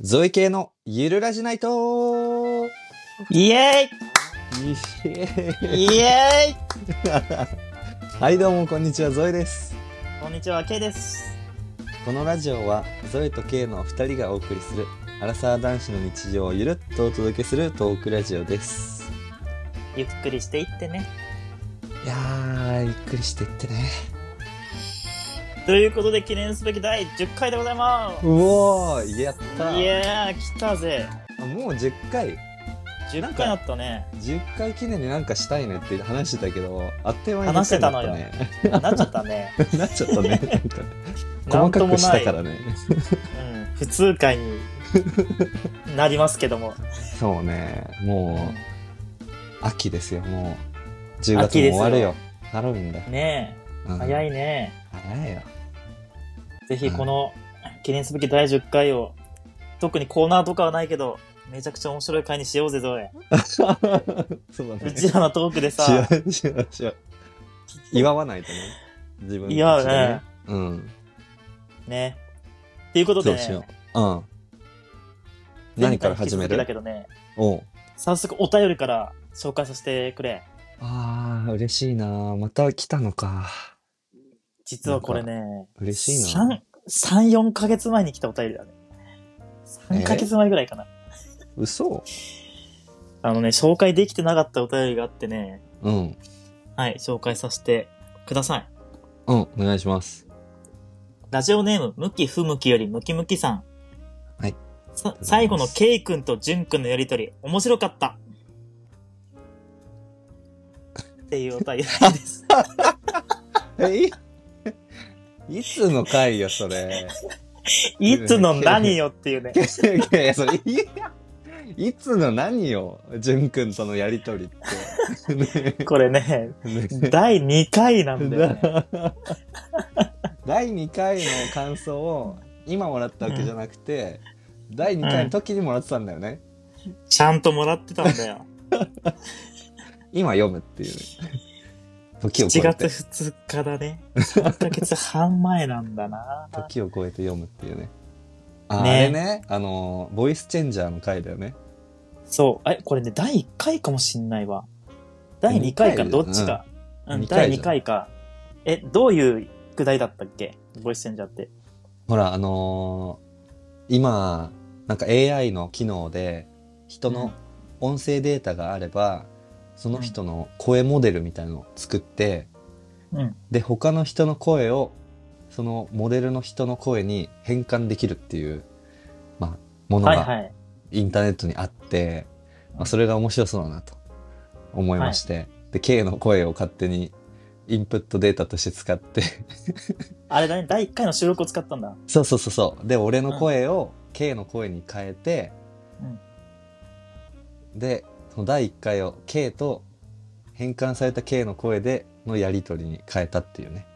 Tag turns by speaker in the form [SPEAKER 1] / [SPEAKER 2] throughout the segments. [SPEAKER 1] ゾイ系のゆるラジナイトー
[SPEAKER 2] イエ
[SPEAKER 1] イエ
[SPEAKER 2] ーイイエーイ
[SPEAKER 1] ーイはいどうもこんにちはゾイです
[SPEAKER 2] こんにちは、ケイです。
[SPEAKER 1] このラジオはゾイとケイの2人がお送りするアラサー男子の日常をゆるっとお届けするトークラジオです
[SPEAKER 2] ゆっくりしていってね。
[SPEAKER 1] いやーゆっくりしていってね
[SPEAKER 2] ということで、記念すべき第10回でございます。
[SPEAKER 1] うおーやった
[SPEAKER 2] いやー、来たぜ。
[SPEAKER 1] あもう10回なん
[SPEAKER 2] 10
[SPEAKER 1] か
[SPEAKER 2] 回だったね。
[SPEAKER 1] 10回記念でなんかしたいねって話してたけどあっという間に
[SPEAKER 2] 話してたのよ
[SPEAKER 1] 10
[SPEAKER 2] なっちゃったね。
[SPEAKER 1] 回だったねなっちゃったねなんか 細
[SPEAKER 2] なん
[SPEAKER 1] か
[SPEAKER 2] とも
[SPEAKER 1] くし
[SPEAKER 2] な
[SPEAKER 1] た
[SPEAKER 2] い。
[SPEAKER 1] からね
[SPEAKER 2] うん、普通 回になりますけども。
[SPEAKER 1] そうねもう秋ですよもう10月
[SPEAKER 2] 秋
[SPEAKER 1] も終
[SPEAKER 2] ですよ
[SPEAKER 1] わるよハロウィンだ、
[SPEAKER 2] ね
[SPEAKER 1] う
[SPEAKER 2] え、
[SPEAKER 1] ん
[SPEAKER 2] 早いね。
[SPEAKER 1] 早 いよ
[SPEAKER 2] ぜひ、この記念すべき第10回を、特にコーナーとかはないけど、めちゃくちゃ面白い回にしよう ぜ、ぞえ。
[SPEAKER 1] そうだね
[SPEAKER 2] うちらのトークでさ、
[SPEAKER 1] 違う違う違う祝わないとね自分たちで
[SPEAKER 2] 祝うね
[SPEAKER 1] うん
[SPEAKER 2] ね。っていうこと
[SPEAKER 1] そ
[SPEAKER 2] で
[SPEAKER 1] う
[SPEAKER 2] ね
[SPEAKER 1] し、よううん何から始め
[SPEAKER 2] 前回の引き続きだけ
[SPEAKER 1] る
[SPEAKER 2] どね、
[SPEAKER 1] おう
[SPEAKER 2] 早速お便りから紹介させてくれ。
[SPEAKER 1] あー嬉しいなまた来たのか
[SPEAKER 2] 実はこれね、
[SPEAKER 1] 嬉しいな
[SPEAKER 2] 3、3 4ヶ月前に来たお便りだね。3ヶ月前ぐらいかな。
[SPEAKER 1] 嘘
[SPEAKER 2] あのね、紹介できてなかったお便りがあってね、
[SPEAKER 1] うん
[SPEAKER 2] はい、紹介させてください。
[SPEAKER 1] うんお願いします
[SPEAKER 2] ラジオネーム、ムキフムキよりムキムキさん。
[SPEAKER 1] はい
[SPEAKER 2] さ。最後のケイ君とジュン君のやりとり、面白かった。っていうお便り です。
[SPEAKER 1] えい いつの回よそれ
[SPEAKER 2] いつの何よっていうね。
[SPEAKER 1] いやいや、それ、いや、いつの何よ、淳くんとのやりとりって。ね
[SPEAKER 2] これね、
[SPEAKER 1] ね
[SPEAKER 2] 第2回なん だよ、ね。
[SPEAKER 1] 第2回の感想を今もらったわけじゃなくて、第2回の時にもらってたんだよね。
[SPEAKER 2] ちゃんともらってたん だよ。
[SPEAKER 1] 今読むって いうね。時を超
[SPEAKER 2] 1
[SPEAKER 1] え
[SPEAKER 2] 月
[SPEAKER 1] て。
[SPEAKER 2] 2日だね。3ヶ月半前なんだ な。
[SPEAKER 1] 時を超えて読むっていうね。あ,、
[SPEAKER 2] ね
[SPEAKER 1] あれね、あの、ボイスチェンジャーの回だよね。
[SPEAKER 2] そう。え、これね、第1回かもしんないわ。第2回か、
[SPEAKER 1] 二回だ
[SPEAKER 2] どっちか。
[SPEAKER 1] うん
[SPEAKER 2] うん、
[SPEAKER 1] 二回
[SPEAKER 2] 第
[SPEAKER 1] じゃん
[SPEAKER 2] 2回か。え、どういうくだりだったっけボイスチェンジャーって。
[SPEAKER 1] ほら、あのー今、なんか AI の機能で、人の音声データがあれば、その人の声モデルみたいのを作って、
[SPEAKER 2] うん。
[SPEAKER 1] で、他の人の声を、そのモデルの人の声に変換できるっていう、まあ、もの
[SPEAKER 2] はい
[SPEAKER 1] が
[SPEAKER 2] はい。
[SPEAKER 1] インターネットにあって、まあ、それが面白そうだなと思いまして、で、K の声を勝手にインプットデータとして使って、
[SPEAKER 2] あれだね、第1回の収録を使ったんだ。
[SPEAKER 1] そうそうそうそう。で、俺の声を K の声に変えて、で、その第1回を K と変換された K の声でのやりとりに変えたっていうね。。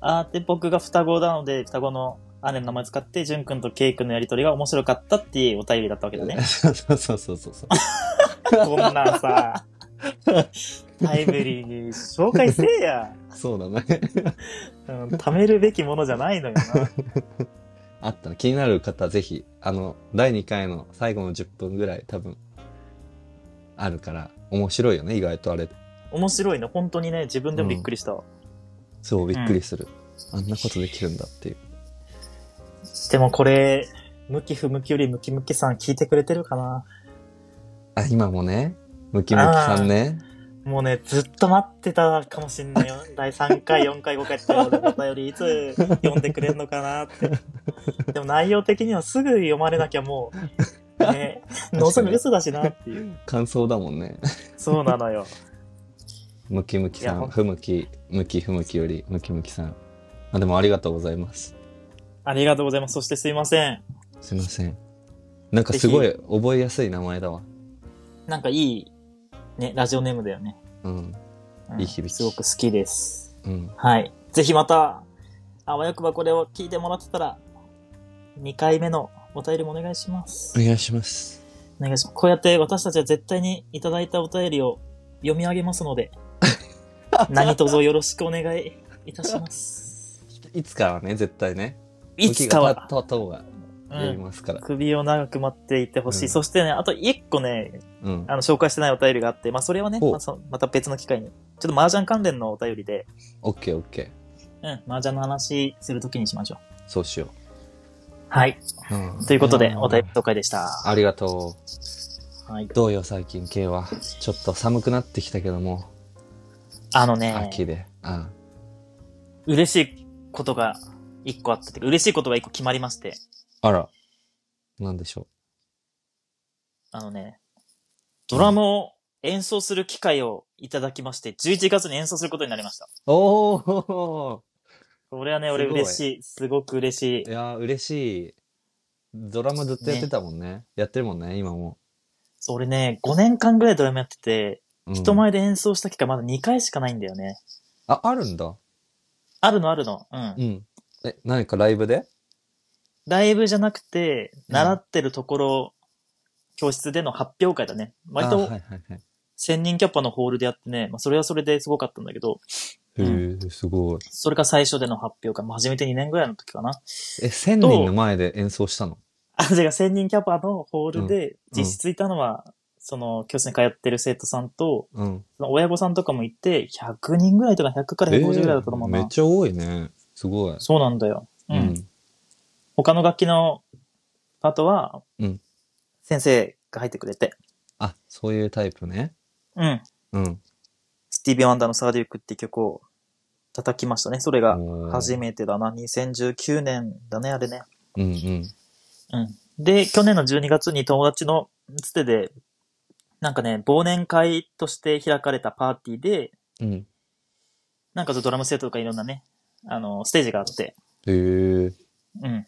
[SPEAKER 2] あーで、僕が双子なので、双子の姉の名前使って、ジュン君とケイ君のやりとりが面白かったっていうお便りだったわけだね
[SPEAKER 1] そうそうそうそうそう。
[SPEAKER 2] こんなんさ、タイムリーに紹介せえや。
[SPEAKER 1] そうだね。
[SPEAKER 2] うん、貯めるべきものじゃないのよな。
[SPEAKER 1] あったの。気になる方はぜひ、あの、第2回の最後の10分ぐらい多分、あるから、面白いよね、意外とあれ。
[SPEAKER 2] 面白いの、本当にね、自分でもびっくりした。
[SPEAKER 1] そう、びっくりする。あんなことできるんだっていう。
[SPEAKER 2] でもこれ、向き不向きよりムキムキさん聞いてくれてるかな
[SPEAKER 1] あ、今もね、ムキムキさんね。
[SPEAKER 2] もうね、ずっと待ってたかもしんないよ。第3回、4回、5回ってお便りいつ読んでくれるのかなって。でも内容的にはすぐ読まれなきゃもう、ね、望み嘘だしなっていう。
[SPEAKER 1] 感想だもんね。
[SPEAKER 2] そうなのよ。
[SPEAKER 1] ムキムキさ
[SPEAKER 2] いやほ
[SPEAKER 1] ん、
[SPEAKER 2] ん
[SPEAKER 1] ふむき、ムキふむきよりムキムキさん。あ、でもありがとうございます。
[SPEAKER 2] ありがとうございます。そしてすいません。
[SPEAKER 1] すいません。なんかすごい覚えやすい名前だわ。
[SPEAKER 2] なんかいい、ね、ラジオネームだよね。
[SPEAKER 1] うん。
[SPEAKER 2] うん
[SPEAKER 1] いい響き
[SPEAKER 2] すごく好きです。
[SPEAKER 1] うん。
[SPEAKER 2] はい。ぜひまた、あわよくばこれを聞いてもらってたら、2回目のお便りもお願いします
[SPEAKER 1] お。願いします。
[SPEAKER 2] お願いします。こうやって私たちは絶対にいただいたお便りを読み上げます ので、何卒よろしくお願いいたします。
[SPEAKER 1] いつかはね、絶対ね。
[SPEAKER 2] いつか
[SPEAKER 1] ムキが
[SPEAKER 2] は、
[SPEAKER 1] ととうが。
[SPEAKER 2] う
[SPEAKER 1] やり
[SPEAKER 2] ん。
[SPEAKER 1] ますから。
[SPEAKER 2] 首を長く待っていてほしい。
[SPEAKER 1] うん
[SPEAKER 2] そしてね、あと一個ね、
[SPEAKER 1] うん。
[SPEAKER 2] あの、紹介してないお便りがあって、まあ、それはね、
[SPEAKER 1] お
[SPEAKER 2] まあ、そまた別の機会に。ちょっと麻雀関連のお便りで、
[SPEAKER 1] オッケーオッケ
[SPEAKER 2] うん、麻雀の話するときにしましょう。
[SPEAKER 1] ー。そうしよ
[SPEAKER 2] はい。
[SPEAKER 1] う。うん
[SPEAKER 2] ということで、
[SPEAKER 1] ん
[SPEAKER 2] お便り紹介でした。
[SPEAKER 1] ありがと
[SPEAKER 2] はい。
[SPEAKER 1] う。どうよ、最近、K は。ちょっと寒くなってきたけども、
[SPEAKER 2] あのね、
[SPEAKER 1] 秋で。あ
[SPEAKER 2] 嬉しいことが一個あったっていうか嬉しいことが一個決まりまして、
[SPEAKER 1] あら。なんでしょ
[SPEAKER 2] あのね、ドラムを演奏する機会をいただきまして、11月に演奏することになりました。
[SPEAKER 1] う。おー
[SPEAKER 2] これはね、俺
[SPEAKER 1] すごい
[SPEAKER 2] 嬉しい。すごく嬉しい
[SPEAKER 1] い。やー、嬉しい。ドラマずっとやってたもんね。やってるもんね、今も。
[SPEAKER 2] そう、俺ね、5年間ぐらいドラムやってて、
[SPEAKER 1] うん
[SPEAKER 2] 人前で演奏した機会まだ2回しかないんだよね。
[SPEAKER 1] あ、あるんだ。
[SPEAKER 2] あるのあるの。うん。
[SPEAKER 1] うん。え、何かライブで
[SPEAKER 2] ライブじゃなくて、
[SPEAKER 1] うん
[SPEAKER 2] 習ってるところ、教室での発表会だね。割
[SPEAKER 1] あ
[SPEAKER 2] と
[SPEAKER 1] はいはいはい。
[SPEAKER 2] 1000人キャパのホールでやってね、まあそれはそれですごかったんだけど、
[SPEAKER 1] へー、すごい。
[SPEAKER 2] それが最初での発表会、まあ初めて2年ぐらいの時かな。
[SPEAKER 1] え、千人の前で演奏したの
[SPEAKER 2] あ、じゃあ1000人キャパのホールで、
[SPEAKER 1] うん
[SPEAKER 2] 実質いたのは、その教室に通ってる生徒さんと、
[SPEAKER 1] うん。
[SPEAKER 2] その親御さんとかもいて、100人ぐらいとか100から150ぐらいだったと思うな。
[SPEAKER 1] えーめっちゃ多いね。すごい。
[SPEAKER 2] そうなんだよ。うん。。他の楽器のパートは、
[SPEAKER 1] うん
[SPEAKER 2] 先生が入ってくれて、
[SPEAKER 1] あ、そういうタイプね。
[SPEAKER 2] うん。
[SPEAKER 1] うん。
[SPEAKER 2] スティービー・ワンダーのサーデュークって曲を叩きましたね。それが初
[SPEAKER 1] め。
[SPEAKER 2] めてだな。2019年だね、あれね。
[SPEAKER 1] うんうん。
[SPEAKER 2] で、去年の12月に友達のつてで、なんかね、忘年会として開かれたパーティーで、
[SPEAKER 1] うん。
[SPEAKER 2] なんかドラムセットとかいろんなね、あの、ステージがあって、
[SPEAKER 1] へえ。
[SPEAKER 2] うん。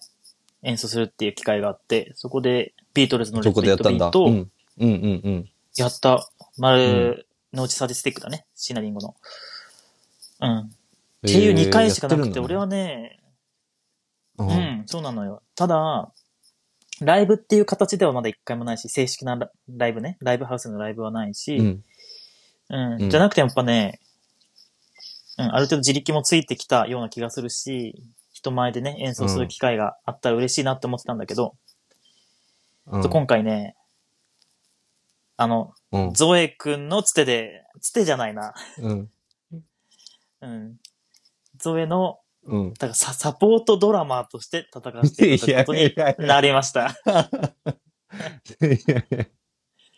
[SPEAKER 2] 演奏するっていう機会があって、そこでビートルズのレ
[SPEAKER 1] そ
[SPEAKER 2] ッド
[SPEAKER 1] こ
[SPEAKER 2] ビ
[SPEAKER 1] でや
[SPEAKER 2] ー
[SPEAKER 1] っ
[SPEAKER 2] ト
[SPEAKER 1] たん
[SPEAKER 2] ビ
[SPEAKER 1] だ
[SPEAKER 2] ー。
[SPEAKER 1] う
[SPEAKER 2] ト
[SPEAKER 1] ん。
[SPEAKER 2] を
[SPEAKER 1] うんうんうん。
[SPEAKER 2] やった、丸の内サディスティックだね、シナリンゴの。うん。っていう2回しかなくて、俺は
[SPEAKER 1] ね。
[SPEAKER 2] ね、
[SPEAKER 1] う。
[SPEAKER 2] うんん、そうなのよ。ただ、ライブっていう形ではまだ1回もないし、正式なラライブね、ライブハウスのライブはないし、
[SPEAKER 1] うん。
[SPEAKER 2] う、
[SPEAKER 1] うんん
[SPEAKER 2] じゃなくてやっぱね、うん、ある程度自力もついてきたような気がするし、人前でね、演奏する機会があったら嬉しいなって思ってたんだけど、
[SPEAKER 1] うん
[SPEAKER 2] 今回ね、あの、
[SPEAKER 1] うん
[SPEAKER 2] ゾエ君のつてで、つてじゃないな、
[SPEAKER 1] うん。
[SPEAKER 2] うん、ゾエの、
[SPEAKER 1] うん。
[SPEAKER 2] だからササポートドラマーとして戦わせていただくことに
[SPEAKER 1] やいやいや
[SPEAKER 2] なりました。い
[SPEAKER 1] いやいやい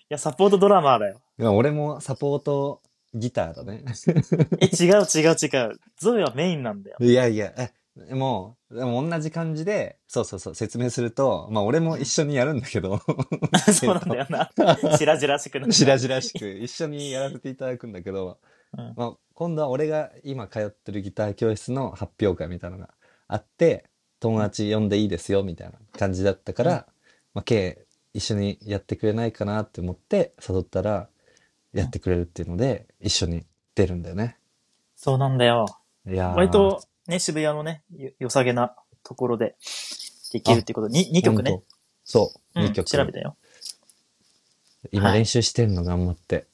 [SPEAKER 2] や、サポートドラマーだよ。
[SPEAKER 1] や俺もサポートギターだね。
[SPEAKER 2] え、違う違う違う。ゾエはメインなんだよ。
[SPEAKER 1] いやいや、え、もう、でも同じ感じで、そうそうそう、説明すると、まあ俺も一緒にやるんだけど、
[SPEAKER 2] そうなんだよな。しらじらしくなる。
[SPEAKER 1] しらじらしく一緒にやらせていただくんだけど、
[SPEAKER 2] うん
[SPEAKER 1] まあ、今度は俺が今通ってるギター教室の発表会みたいなのがあって友達呼んでいいですよみたいな感じだったから、
[SPEAKER 2] うん
[SPEAKER 1] まあ、K 一緒にやってくれないかなって思って誘ったらやってくれるっていうので一緒に出るんだよね。
[SPEAKER 2] そうなんだよ。
[SPEAKER 1] いやー
[SPEAKER 2] 割と、ね、渋谷のね、よ良さげなところでできるっていうこと。に2曲
[SPEAKER 1] ほん
[SPEAKER 2] ね
[SPEAKER 1] と。そう、
[SPEAKER 2] う
[SPEAKER 1] 二
[SPEAKER 2] ん、
[SPEAKER 1] 曲
[SPEAKER 2] 調べたよ。
[SPEAKER 1] 今練習してんの頑張って。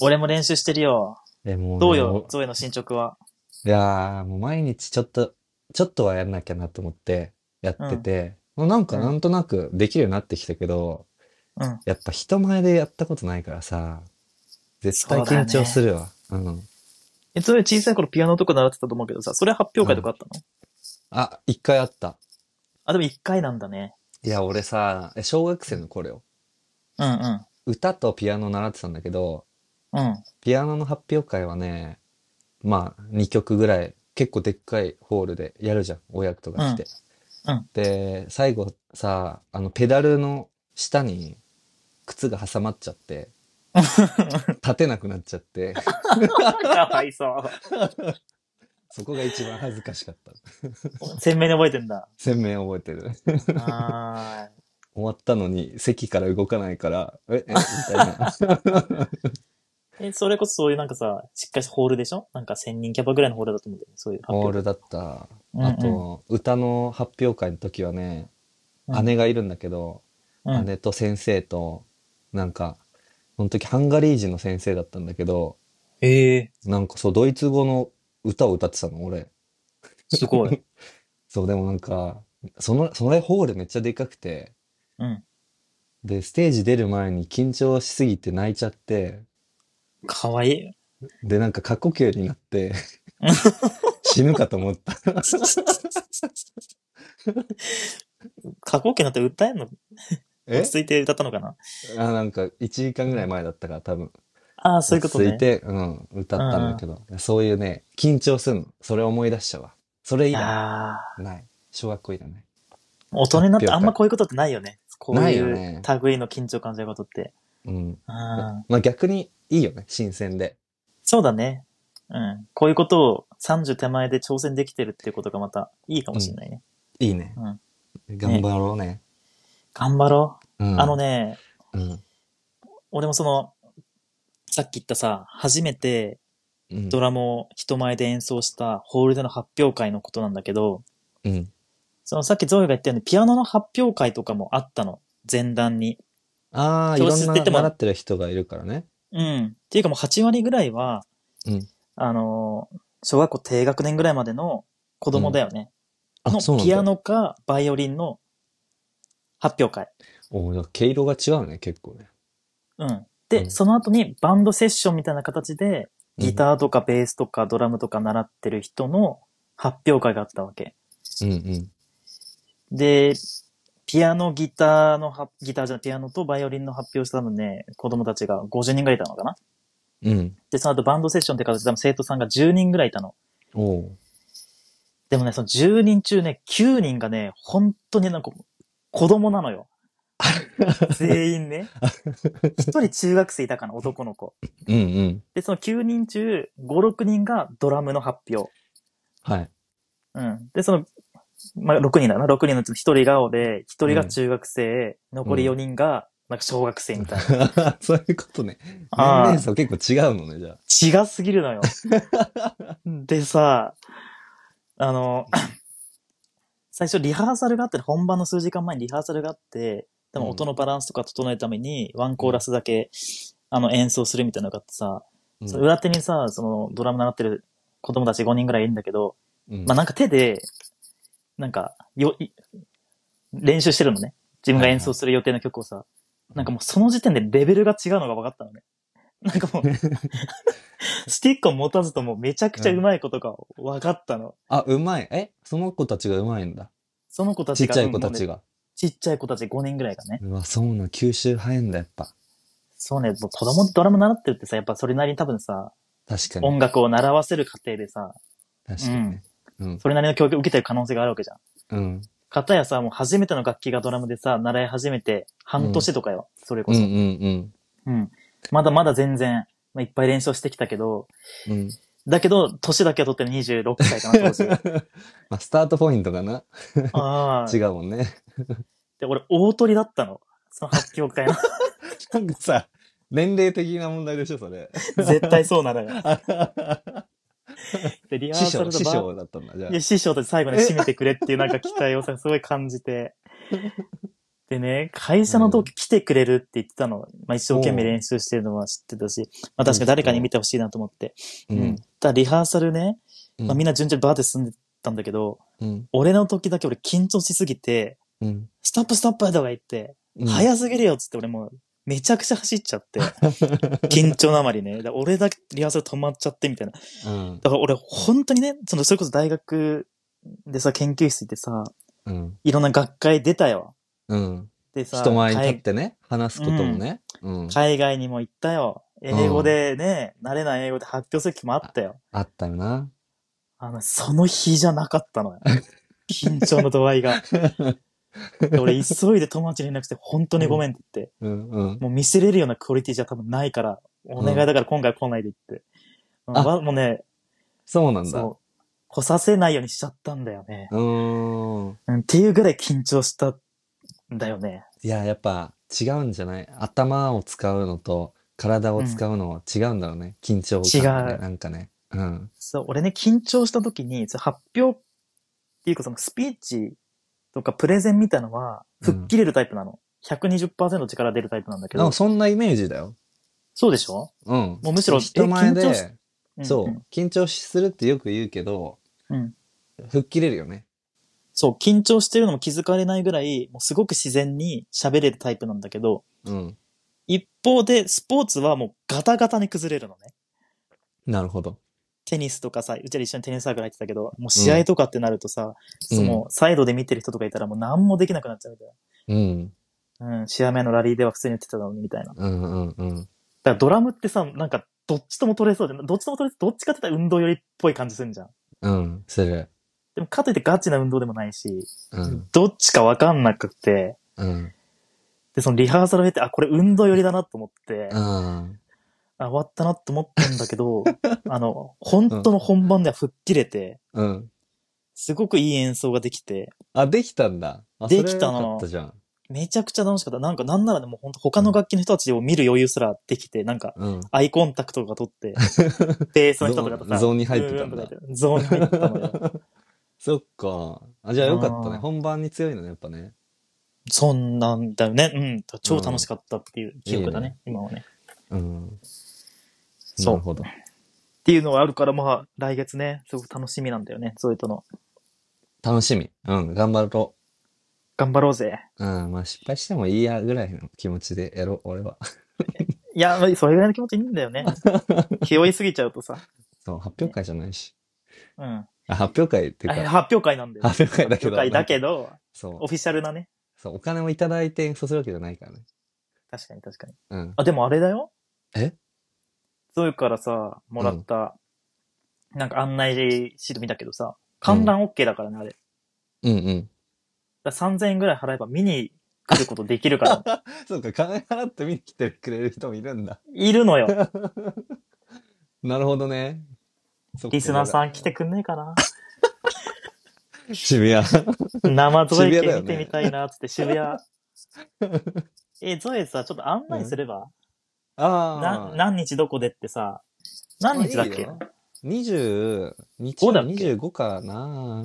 [SPEAKER 2] 俺も練習してるよ。
[SPEAKER 1] えもうね
[SPEAKER 2] どうよ
[SPEAKER 1] も、
[SPEAKER 2] ゾエの進捗は。
[SPEAKER 1] いやー、もう毎日ちょっと、ちょっとはやんなきゃなと思ってやってて、もうなんか
[SPEAKER 2] うん
[SPEAKER 1] なんとなくできるようになってきたけど、
[SPEAKER 2] うん。
[SPEAKER 1] やっぱ人前でやったことないからさ、絶対
[SPEAKER 2] そうだ
[SPEAKER 1] 緊
[SPEAKER 2] ね
[SPEAKER 1] 張するわ。うん。
[SPEAKER 2] え、ゾエ小さい頃ピアノとか習ってたと思うけどさ、それ発表会とかあったの、
[SPEAKER 1] あ、一回あった。
[SPEAKER 2] あ、でも1回なんだね。
[SPEAKER 1] いや、俺さ、え小学生の頃よ。
[SPEAKER 2] うんうん。
[SPEAKER 1] 歌とピアノ習ってたんだけど、
[SPEAKER 2] うん。
[SPEAKER 1] ピアノの発表会はね、まあ、2曲ぐらい、結構でっかいホールでやるじゃん、親とか来て。
[SPEAKER 2] うんうん
[SPEAKER 1] で、最後さ、あの、ペダルの下に靴が挟まっちゃ って、立てなくなっちゃって、
[SPEAKER 2] かわいそう。
[SPEAKER 1] そこが一番恥ずかしかった。
[SPEAKER 2] 鮮明に覚えてんだ。
[SPEAKER 1] 鮮明に覚えてる。
[SPEAKER 2] あー
[SPEAKER 1] 終わったのに、席から動かないから、え、えみたい な。
[SPEAKER 2] え、それこそそういうなんかさ、しっかりしたホールでしょなんか1000人キャパぐらいのホールだと思うんだよね。そういう発
[SPEAKER 1] ホー
[SPEAKER 2] 表
[SPEAKER 1] ルだった。
[SPEAKER 2] 会。
[SPEAKER 1] あと、歌の発表会の時はね
[SPEAKER 2] う、ん
[SPEAKER 1] 姉がいるんだけど、
[SPEAKER 2] うんうん、うん。
[SPEAKER 1] 姉と先生と、なんか、その時ハンガリー人の先生だったんだけど、
[SPEAKER 2] ええ
[SPEAKER 1] なんかそう、ドイツ語の歌を歌ってたの、俺。
[SPEAKER 2] すごい。
[SPEAKER 1] そう、でもなんか、その、それホールめっちゃでかくて、
[SPEAKER 2] うん。
[SPEAKER 1] で、ステージ出る前に緊張しすぎて泣いちゃって、
[SPEAKER 2] かわいい。
[SPEAKER 1] で、なんか過呼吸にな って、死ぬかと思った。
[SPEAKER 2] 過去形なんて歌えんの
[SPEAKER 1] え
[SPEAKER 2] 落ち着いて歌ったのかな
[SPEAKER 1] あなんか1時間ぐらい前だったから多分。
[SPEAKER 2] ああ、そういうこと
[SPEAKER 1] 落ち着い
[SPEAKER 2] ね。
[SPEAKER 1] て、うん、歌ったんだけど、そういうね、緊張するの。それ思い出しちゃうわ。それ以来、
[SPEAKER 2] ああ、
[SPEAKER 1] ない。小学校以来ない。
[SPEAKER 2] 大人になってあんまこういうことってないよね。こう
[SPEAKER 1] ない
[SPEAKER 2] い
[SPEAKER 1] よ
[SPEAKER 2] う
[SPEAKER 1] ね
[SPEAKER 2] 類の緊張感じることって。
[SPEAKER 1] うん。
[SPEAKER 2] うん。
[SPEAKER 1] まあ逆にいいよね、新鮮で。
[SPEAKER 2] そうだね。うん。こういうことを30手前で挑戦できてるっていうことがまたいいかもしれないね。
[SPEAKER 1] いいね。
[SPEAKER 2] うん
[SPEAKER 1] 頑張ろうね。
[SPEAKER 2] 頑張ろ
[SPEAKER 1] う
[SPEAKER 2] う。
[SPEAKER 1] ん、
[SPEAKER 2] あのね、
[SPEAKER 1] うん、
[SPEAKER 2] 俺もその、さっき言ったさ、初めて
[SPEAKER 1] うん。
[SPEAKER 2] ドラムを人前で演奏したホールでの発表会のことなんだけど、
[SPEAKER 1] うん。
[SPEAKER 2] そのさっきゾイが言ったようにピアノの発表会とかもあったの。前段に。
[SPEAKER 1] ああ、い
[SPEAKER 2] 教
[SPEAKER 1] ろ
[SPEAKER 2] 室
[SPEAKER 1] ん
[SPEAKER 2] っ
[SPEAKER 1] な
[SPEAKER 2] て言っても
[SPEAKER 1] 習ってる人がいるからね。
[SPEAKER 2] うん。っていうかもう8割ぐらいは、
[SPEAKER 1] うん
[SPEAKER 2] あのー、小学校低学年ぐらいまでの子供だよね。
[SPEAKER 1] あ、そう
[SPEAKER 2] の
[SPEAKER 1] なん
[SPEAKER 2] ピ
[SPEAKER 1] だ。
[SPEAKER 2] アノかバイオリンの発表会。
[SPEAKER 1] おー毛色が違うね、結構ね。
[SPEAKER 2] うん。で、
[SPEAKER 1] うん
[SPEAKER 2] その後にバンドセッションみたいな形で、ギターとかベースとかドラムとか習ってる人の発表会があったわけ。
[SPEAKER 1] うんうん。
[SPEAKER 2] で、ピアノ、ギターのは、ギターじゃない、ピアノとバイオリンの発表したのね、子供たちが50人ぐらいいたのかな
[SPEAKER 1] うん。
[SPEAKER 2] で、その後バンドセッションって形で多分生徒さんが10人ぐらいいたの。
[SPEAKER 1] おー
[SPEAKER 2] でもね、その10人中ね、9人がね、本当になんか、子供なのよ。全員ね。一人中学生いたかな、男の子。
[SPEAKER 1] うんうん。
[SPEAKER 2] で、その9人中、5、6人がドラムの発表。
[SPEAKER 1] はい。
[SPEAKER 2] うん。で、その、まあ、6人だな。6人のうちの1人が俺、1人が中学生、残り4人が、なんか小学生みたいな。
[SPEAKER 1] そういうことね。年
[SPEAKER 2] あ
[SPEAKER 1] 齢差結構違うのね、じゃあ。
[SPEAKER 2] あ、違すぎるのよ。でさ、あの、 最初リハーサルがあって、本番の数時間前にリハーサルがあって、でも音のバランスとか整えるために、ワンコーラスだけ、あの、演奏するみたいなのがあってさ、
[SPEAKER 1] うん
[SPEAKER 2] その裏手にさ、その、ドラム習ってる子供たち5人ぐらいいるんだけど、
[SPEAKER 1] うん
[SPEAKER 2] まあなんか手で、なんか、よ、い練習してるのね。自分が演奏する予定の曲をさ、なんかもうその時点でレベルが違うのが分かったのね。なんか もう、スティックを持たずともうめちゃくちゃうまいことが分かったの。
[SPEAKER 1] あ、うまい。えその子たちがうまいんだ。
[SPEAKER 2] その子た
[SPEAKER 1] ち
[SPEAKER 2] ち
[SPEAKER 1] っ
[SPEAKER 2] が。
[SPEAKER 1] ちゃい子たち
[SPEAKER 2] が。
[SPEAKER 1] が。
[SPEAKER 2] ちっちゃい子たち5人ぐらいがね。
[SPEAKER 1] うわ、そうなの、吸収早いんだ、やっぱ。
[SPEAKER 2] そうね、もう子供にドラム習ってるってさ、やっぱそれなりに多分さ、
[SPEAKER 1] 確かに。
[SPEAKER 2] 音楽を習わせる過程でさ、
[SPEAKER 1] 確かにね。うん。
[SPEAKER 2] それなりの教育を受けてる可能性があるわけじゃん。
[SPEAKER 1] うん。
[SPEAKER 2] かたやさ、もう初めての楽器がドラムでさ、習い始めて半年とかよ、それ
[SPEAKER 1] う
[SPEAKER 2] こ
[SPEAKER 1] ん
[SPEAKER 2] そ。
[SPEAKER 1] うん
[SPEAKER 2] うん。まだまだ全然、まあ、いっぱい練習してきたけど、
[SPEAKER 1] うん。うん。
[SPEAKER 2] だけど、年だけは取ってる26歳か な、当時。
[SPEAKER 1] まあ、スタートポイントがな、
[SPEAKER 2] あ
[SPEAKER 1] 違
[SPEAKER 2] あ。
[SPEAKER 1] うもんね。
[SPEAKER 2] で、俺、大鳥だったの。その発表会の。
[SPEAKER 1] なんかさ、年齢的な問題でしょ、そ れ。
[SPEAKER 2] 絶対そうなのよ。 で、リハー
[SPEAKER 1] 師
[SPEAKER 2] サル
[SPEAKER 1] 匠、
[SPEAKER 2] の
[SPEAKER 1] 師
[SPEAKER 2] 場
[SPEAKER 1] 匠だったんだ、じゃ
[SPEAKER 2] いや、師匠たち最後に締めてくれっていうなん か期待をさ、すごい感じて。でね、会社の同期来てくれるって言ってたの。まあ一生懸命練習してるのは知ってたし、まあ確かに誰かに見てほしいなと思って。
[SPEAKER 1] あ。
[SPEAKER 2] うん。ただリハーサルね、
[SPEAKER 1] うん
[SPEAKER 2] まあみんな順調にバーって進んでたんだけど、
[SPEAKER 1] うん。
[SPEAKER 2] 俺の時だけ俺緊張しすぎて、
[SPEAKER 1] うん。
[SPEAKER 2] ストップストップとか言って、
[SPEAKER 1] うん
[SPEAKER 2] 早すぎるよっつって俺もうめちゃくちゃ走っち ゃって、緊張のあまりね。だから俺だけリハーサル止まっちゃってみたいな。
[SPEAKER 1] うん。
[SPEAKER 2] だから俺本当にね、その、それこそ大学でさ、研究室行ってさ、
[SPEAKER 1] うん。
[SPEAKER 2] いろんな学会出たよ。
[SPEAKER 1] うん。
[SPEAKER 2] でさ、
[SPEAKER 1] 人前に立っ
[SPEAKER 2] 海
[SPEAKER 1] てね、話すこともね。うん。
[SPEAKER 2] 海外にも行ったよ。英語でね、慣れない英語で発表する気もあったよ。
[SPEAKER 1] あったよな。
[SPEAKER 2] あの、その日じゃなかっ たのよ。緊張の度合いが。で俺急いで友達に連絡して、本当にごめんって言って、
[SPEAKER 1] うんうん。
[SPEAKER 2] もう見せれるようなクオリティじゃ多分ないから、お願いだから今回来ないで言って。
[SPEAKER 1] あ
[SPEAKER 2] わもうね、
[SPEAKER 1] そうなんだ。
[SPEAKER 2] そう、来させないようにしちゃったんだよね。
[SPEAKER 1] うーん。
[SPEAKER 2] うん、っていうぐらい緊張したんだよね。
[SPEAKER 1] いや、やっぱ違うんじゃない頭を使うのと体を使うのは違うんだろうね。緊張感がね
[SPEAKER 2] 違う
[SPEAKER 1] なんかね。うん。
[SPEAKER 2] そう、俺ね、緊張した時に、その発表っていうかそのスピーチとかプレゼンみたいのは、
[SPEAKER 1] うん
[SPEAKER 2] 吹っ切れるタイプなの。120%力出るタイプなんだけ
[SPEAKER 1] なん
[SPEAKER 2] ど
[SPEAKER 1] か、そんなイメージだよ。
[SPEAKER 2] そうでしょ
[SPEAKER 1] うん。
[SPEAKER 2] もうむしろ
[SPEAKER 1] 人前
[SPEAKER 2] え緊張し
[SPEAKER 1] で、そうう、緊張するってよく言うけど、
[SPEAKER 2] ん。うん。
[SPEAKER 1] 吹っ切れるよね。
[SPEAKER 2] そう、緊張してるのも気づかれないぐらい、もうすごく自然に喋れるタイプなんだけど、
[SPEAKER 1] うん。
[SPEAKER 2] 一方でスポーツはもうガタガタに崩れるのね。
[SPEAKER 1] なるほど。
[SPEAKER 2] テニスとかさ、うちら一緒にテニスサークル入ってたけど、もう試合とかってなるとさ、その、サイドで見てる人とかいたらもう何もできなくなっちゃうみたい
[SPEAKER 1] うん。
[SPEAKER 2] な。うん、試合前のラリーでは普通に打ってたのにみたいな。だか
[SPEAKER 1] うんうんうん。
[SPEAKER 2] らドラムってさ、なんか、どっちとも取れそうで、どっちとも取れどっちかって言ったら運動よりっぽい感じするじゃん。
[SPEAKER 1] うん。する。
[SPEAKER 2] でも、かといってガチな運動でもないし、
[SPEAKER 1] うん。
[SPEAKER 2] どっちかわかんなくて、
[SPEAKER 1] うん。
[SPEAKER 2] で、そのリハーサルを経て、あ、これ運動寄りだなと思って、
[SPEAKER 1] うん。
[SPEAKER 2] あ、終わったなと思ったんだ けど、あの、本当の本番では吹っ切れて、
[SPEAKER 1] うん。
[SPEAKER 2] すごくいい演奏ができて、
[SPEAKER 1] あ、できたんだ。あ
[SPEAKER 2] できた
[SPEAKER 1] それ
[SPEAKER 2] の
[SPEAKER 1] はよかったじゃん。
[SPEAKER 2] めちゃくちゃ楽しかった。なんか、なんならでも本当他の楽器の人たちを見る余裕すらできて、なんか、
[SPEAKER 1] うん。
[SPEAKER 2] アイコンタクトとか 取って、ベースの人とかとさ、
[SPEAKER 1] ゾーンに入ってたんだ
[SPEAKER 2] うーんとか言ってゾーンに入ってたのよ。
[SPEAKER 1] そっか。あ、じゃあよかったね。
[SPEAKER 2] うん
[SPEAKER 1] 本番に強いのね、やっぱね。
[SPEAKER 2] そんなんだよね。うん。超楽しかったっていう記憶だね、今はね。
[SPEAKER 1] うん。
[SPEAKER 2] そう
[SPEAKER 1] なるほど。
[SPEAKER 2] っていうのがあるから、まあ、来月ね、すごく楽しみなんだよね、そういうとの。
[SPEAKER 1] 楽しみ。うん、頑張ろ
[SPEAKER 2] 頑張ろうぜ。
[SPEAKER 1] う。うん、まあ失敗してもいいやぐらいの気持ちでやろう、俺は。
[SPEAKER 2] いや、まあそれぐらいの気持ちいいんだよね。 気負いすぎちゃうとさ。
[SPEAKER 1] そう、発表会じゃないし。
[SPEAKER 2] うん。
[SPEAKER 1] あ、発表会っていう
[SPEAKER 2] あれ
[SPEAKER 1] か、
[SPEAKER 2] 発表会なんだよ。
[SPEAKER 1] 発表会だけど。
[SPEAKER 2] 発表会だけど、
[SPEAKER 1] そう
[SPEAKER 2] オフィシャルなね。
[SPEAKER 1] そう、お金をいただいて演奏するわけじゃないからね。
[SPEAKER 2] 確かに確かに。
[SPEAKER 1] うん。
[SPEAKER 2] あ、でもあれだよ。
[SPEAKER 1] え
[SPEAKER 2] そういうからさ、もらった、なんか案内シート見たけどさ、観覧 OK だからね、あれ。
[SPEAKER 1] うんうん。
[SPEAKER 2] だから3000円ぐらい払えば見に来ることできるから。
[SPEAKER 1] そうか、金払って見に来てくれる人もいるんだ。
[SPEAKER 2] いる のよ。
[SPEAKER 1] なるほどね。
[SPEAKER 2] リスナーさ
[SPEAKER 1] ん。
[SPEAKER 2] ん来てくんねえかな。
[SPEAKER 1] 渋谷。
[SPEAKER 2] 生ゾエ
[SPEAKER 1] 渋谷だ
[SPEAKER 2] 系
[SPEAKER 1] よね
[SPEAKER 2] 見てみたいな、つって渋谷。え、ゾエさ、ちょっと案内すれば、
[SPEAKER 1] あ
[SPEAKER 2] な
[SPEAKER 1] あ。
[SPEAKER 2] 何日どこでってさ、何日だっけ
[SPEAKER 1] 二十日
[SPEAKER 2] 五
[SPEAKER 1] 曜
[SPEAKER 2] だっけ
[SPEAKER 1] 日25かな
[SPEAKER 2] ?11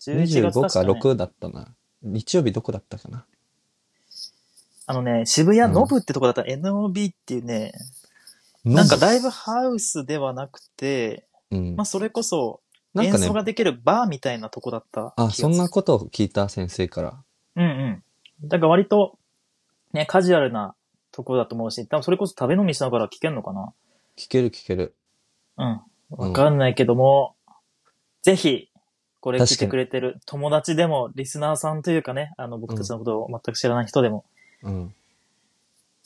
[SPEAKER 2] 月
[SPEAKER 1] 25
[SPEAKER 2] 確
[SPEAKER 1] か
[SPEAKER 2] か、ね、
[SPEAKER 1] 6だったな。日曜日どこだったかな
[SPEAKER 2] あのね、渋谷
[SPEAKER 1] うん
[SPEAKER 2] ノブってとこだったら NOB っていうね、
[SPEAKER 1] な
[SPEAKER 2] なんかライブハウスではなくて、
[SPEAKER 1] うん
[SPEAKER 2] まあそれこそ
[SPEAKER 1] なん
[SPEAKER 2] 演
[SPEAKER 1] か
[SPEAKER 2] 奏が
[SPEAKER 1] ね、
[SPEAKER 2] できるバーみたいなとこだった気が
[SPEAKER 1] あ、
[SPEAKER 2] す
[SPEAKER 1] そ
[SPEAKER 2] る
[SPEAKER 1] んなことを聞いた先生から。
[SPEAKER 2] うんうん。だから割と、ね、カジュアルなところだと思うし、多分それこそ食べ飲みしながら聞けんのかな
[SPEAKER 1] 聞ける聞ける。
[SPEAKER 2] うん。
[SPEAKER 1] うん
[SPEAKER 2] わかんないけども、ぜひ、これ
[SPEAKER 1] 確かに
[SPEAKER 2] 聞いてくれてる友達でも、リスナーさんというかね、あの、僕たちのことを全く知らない人でも、
[SPEAKER 1] うん。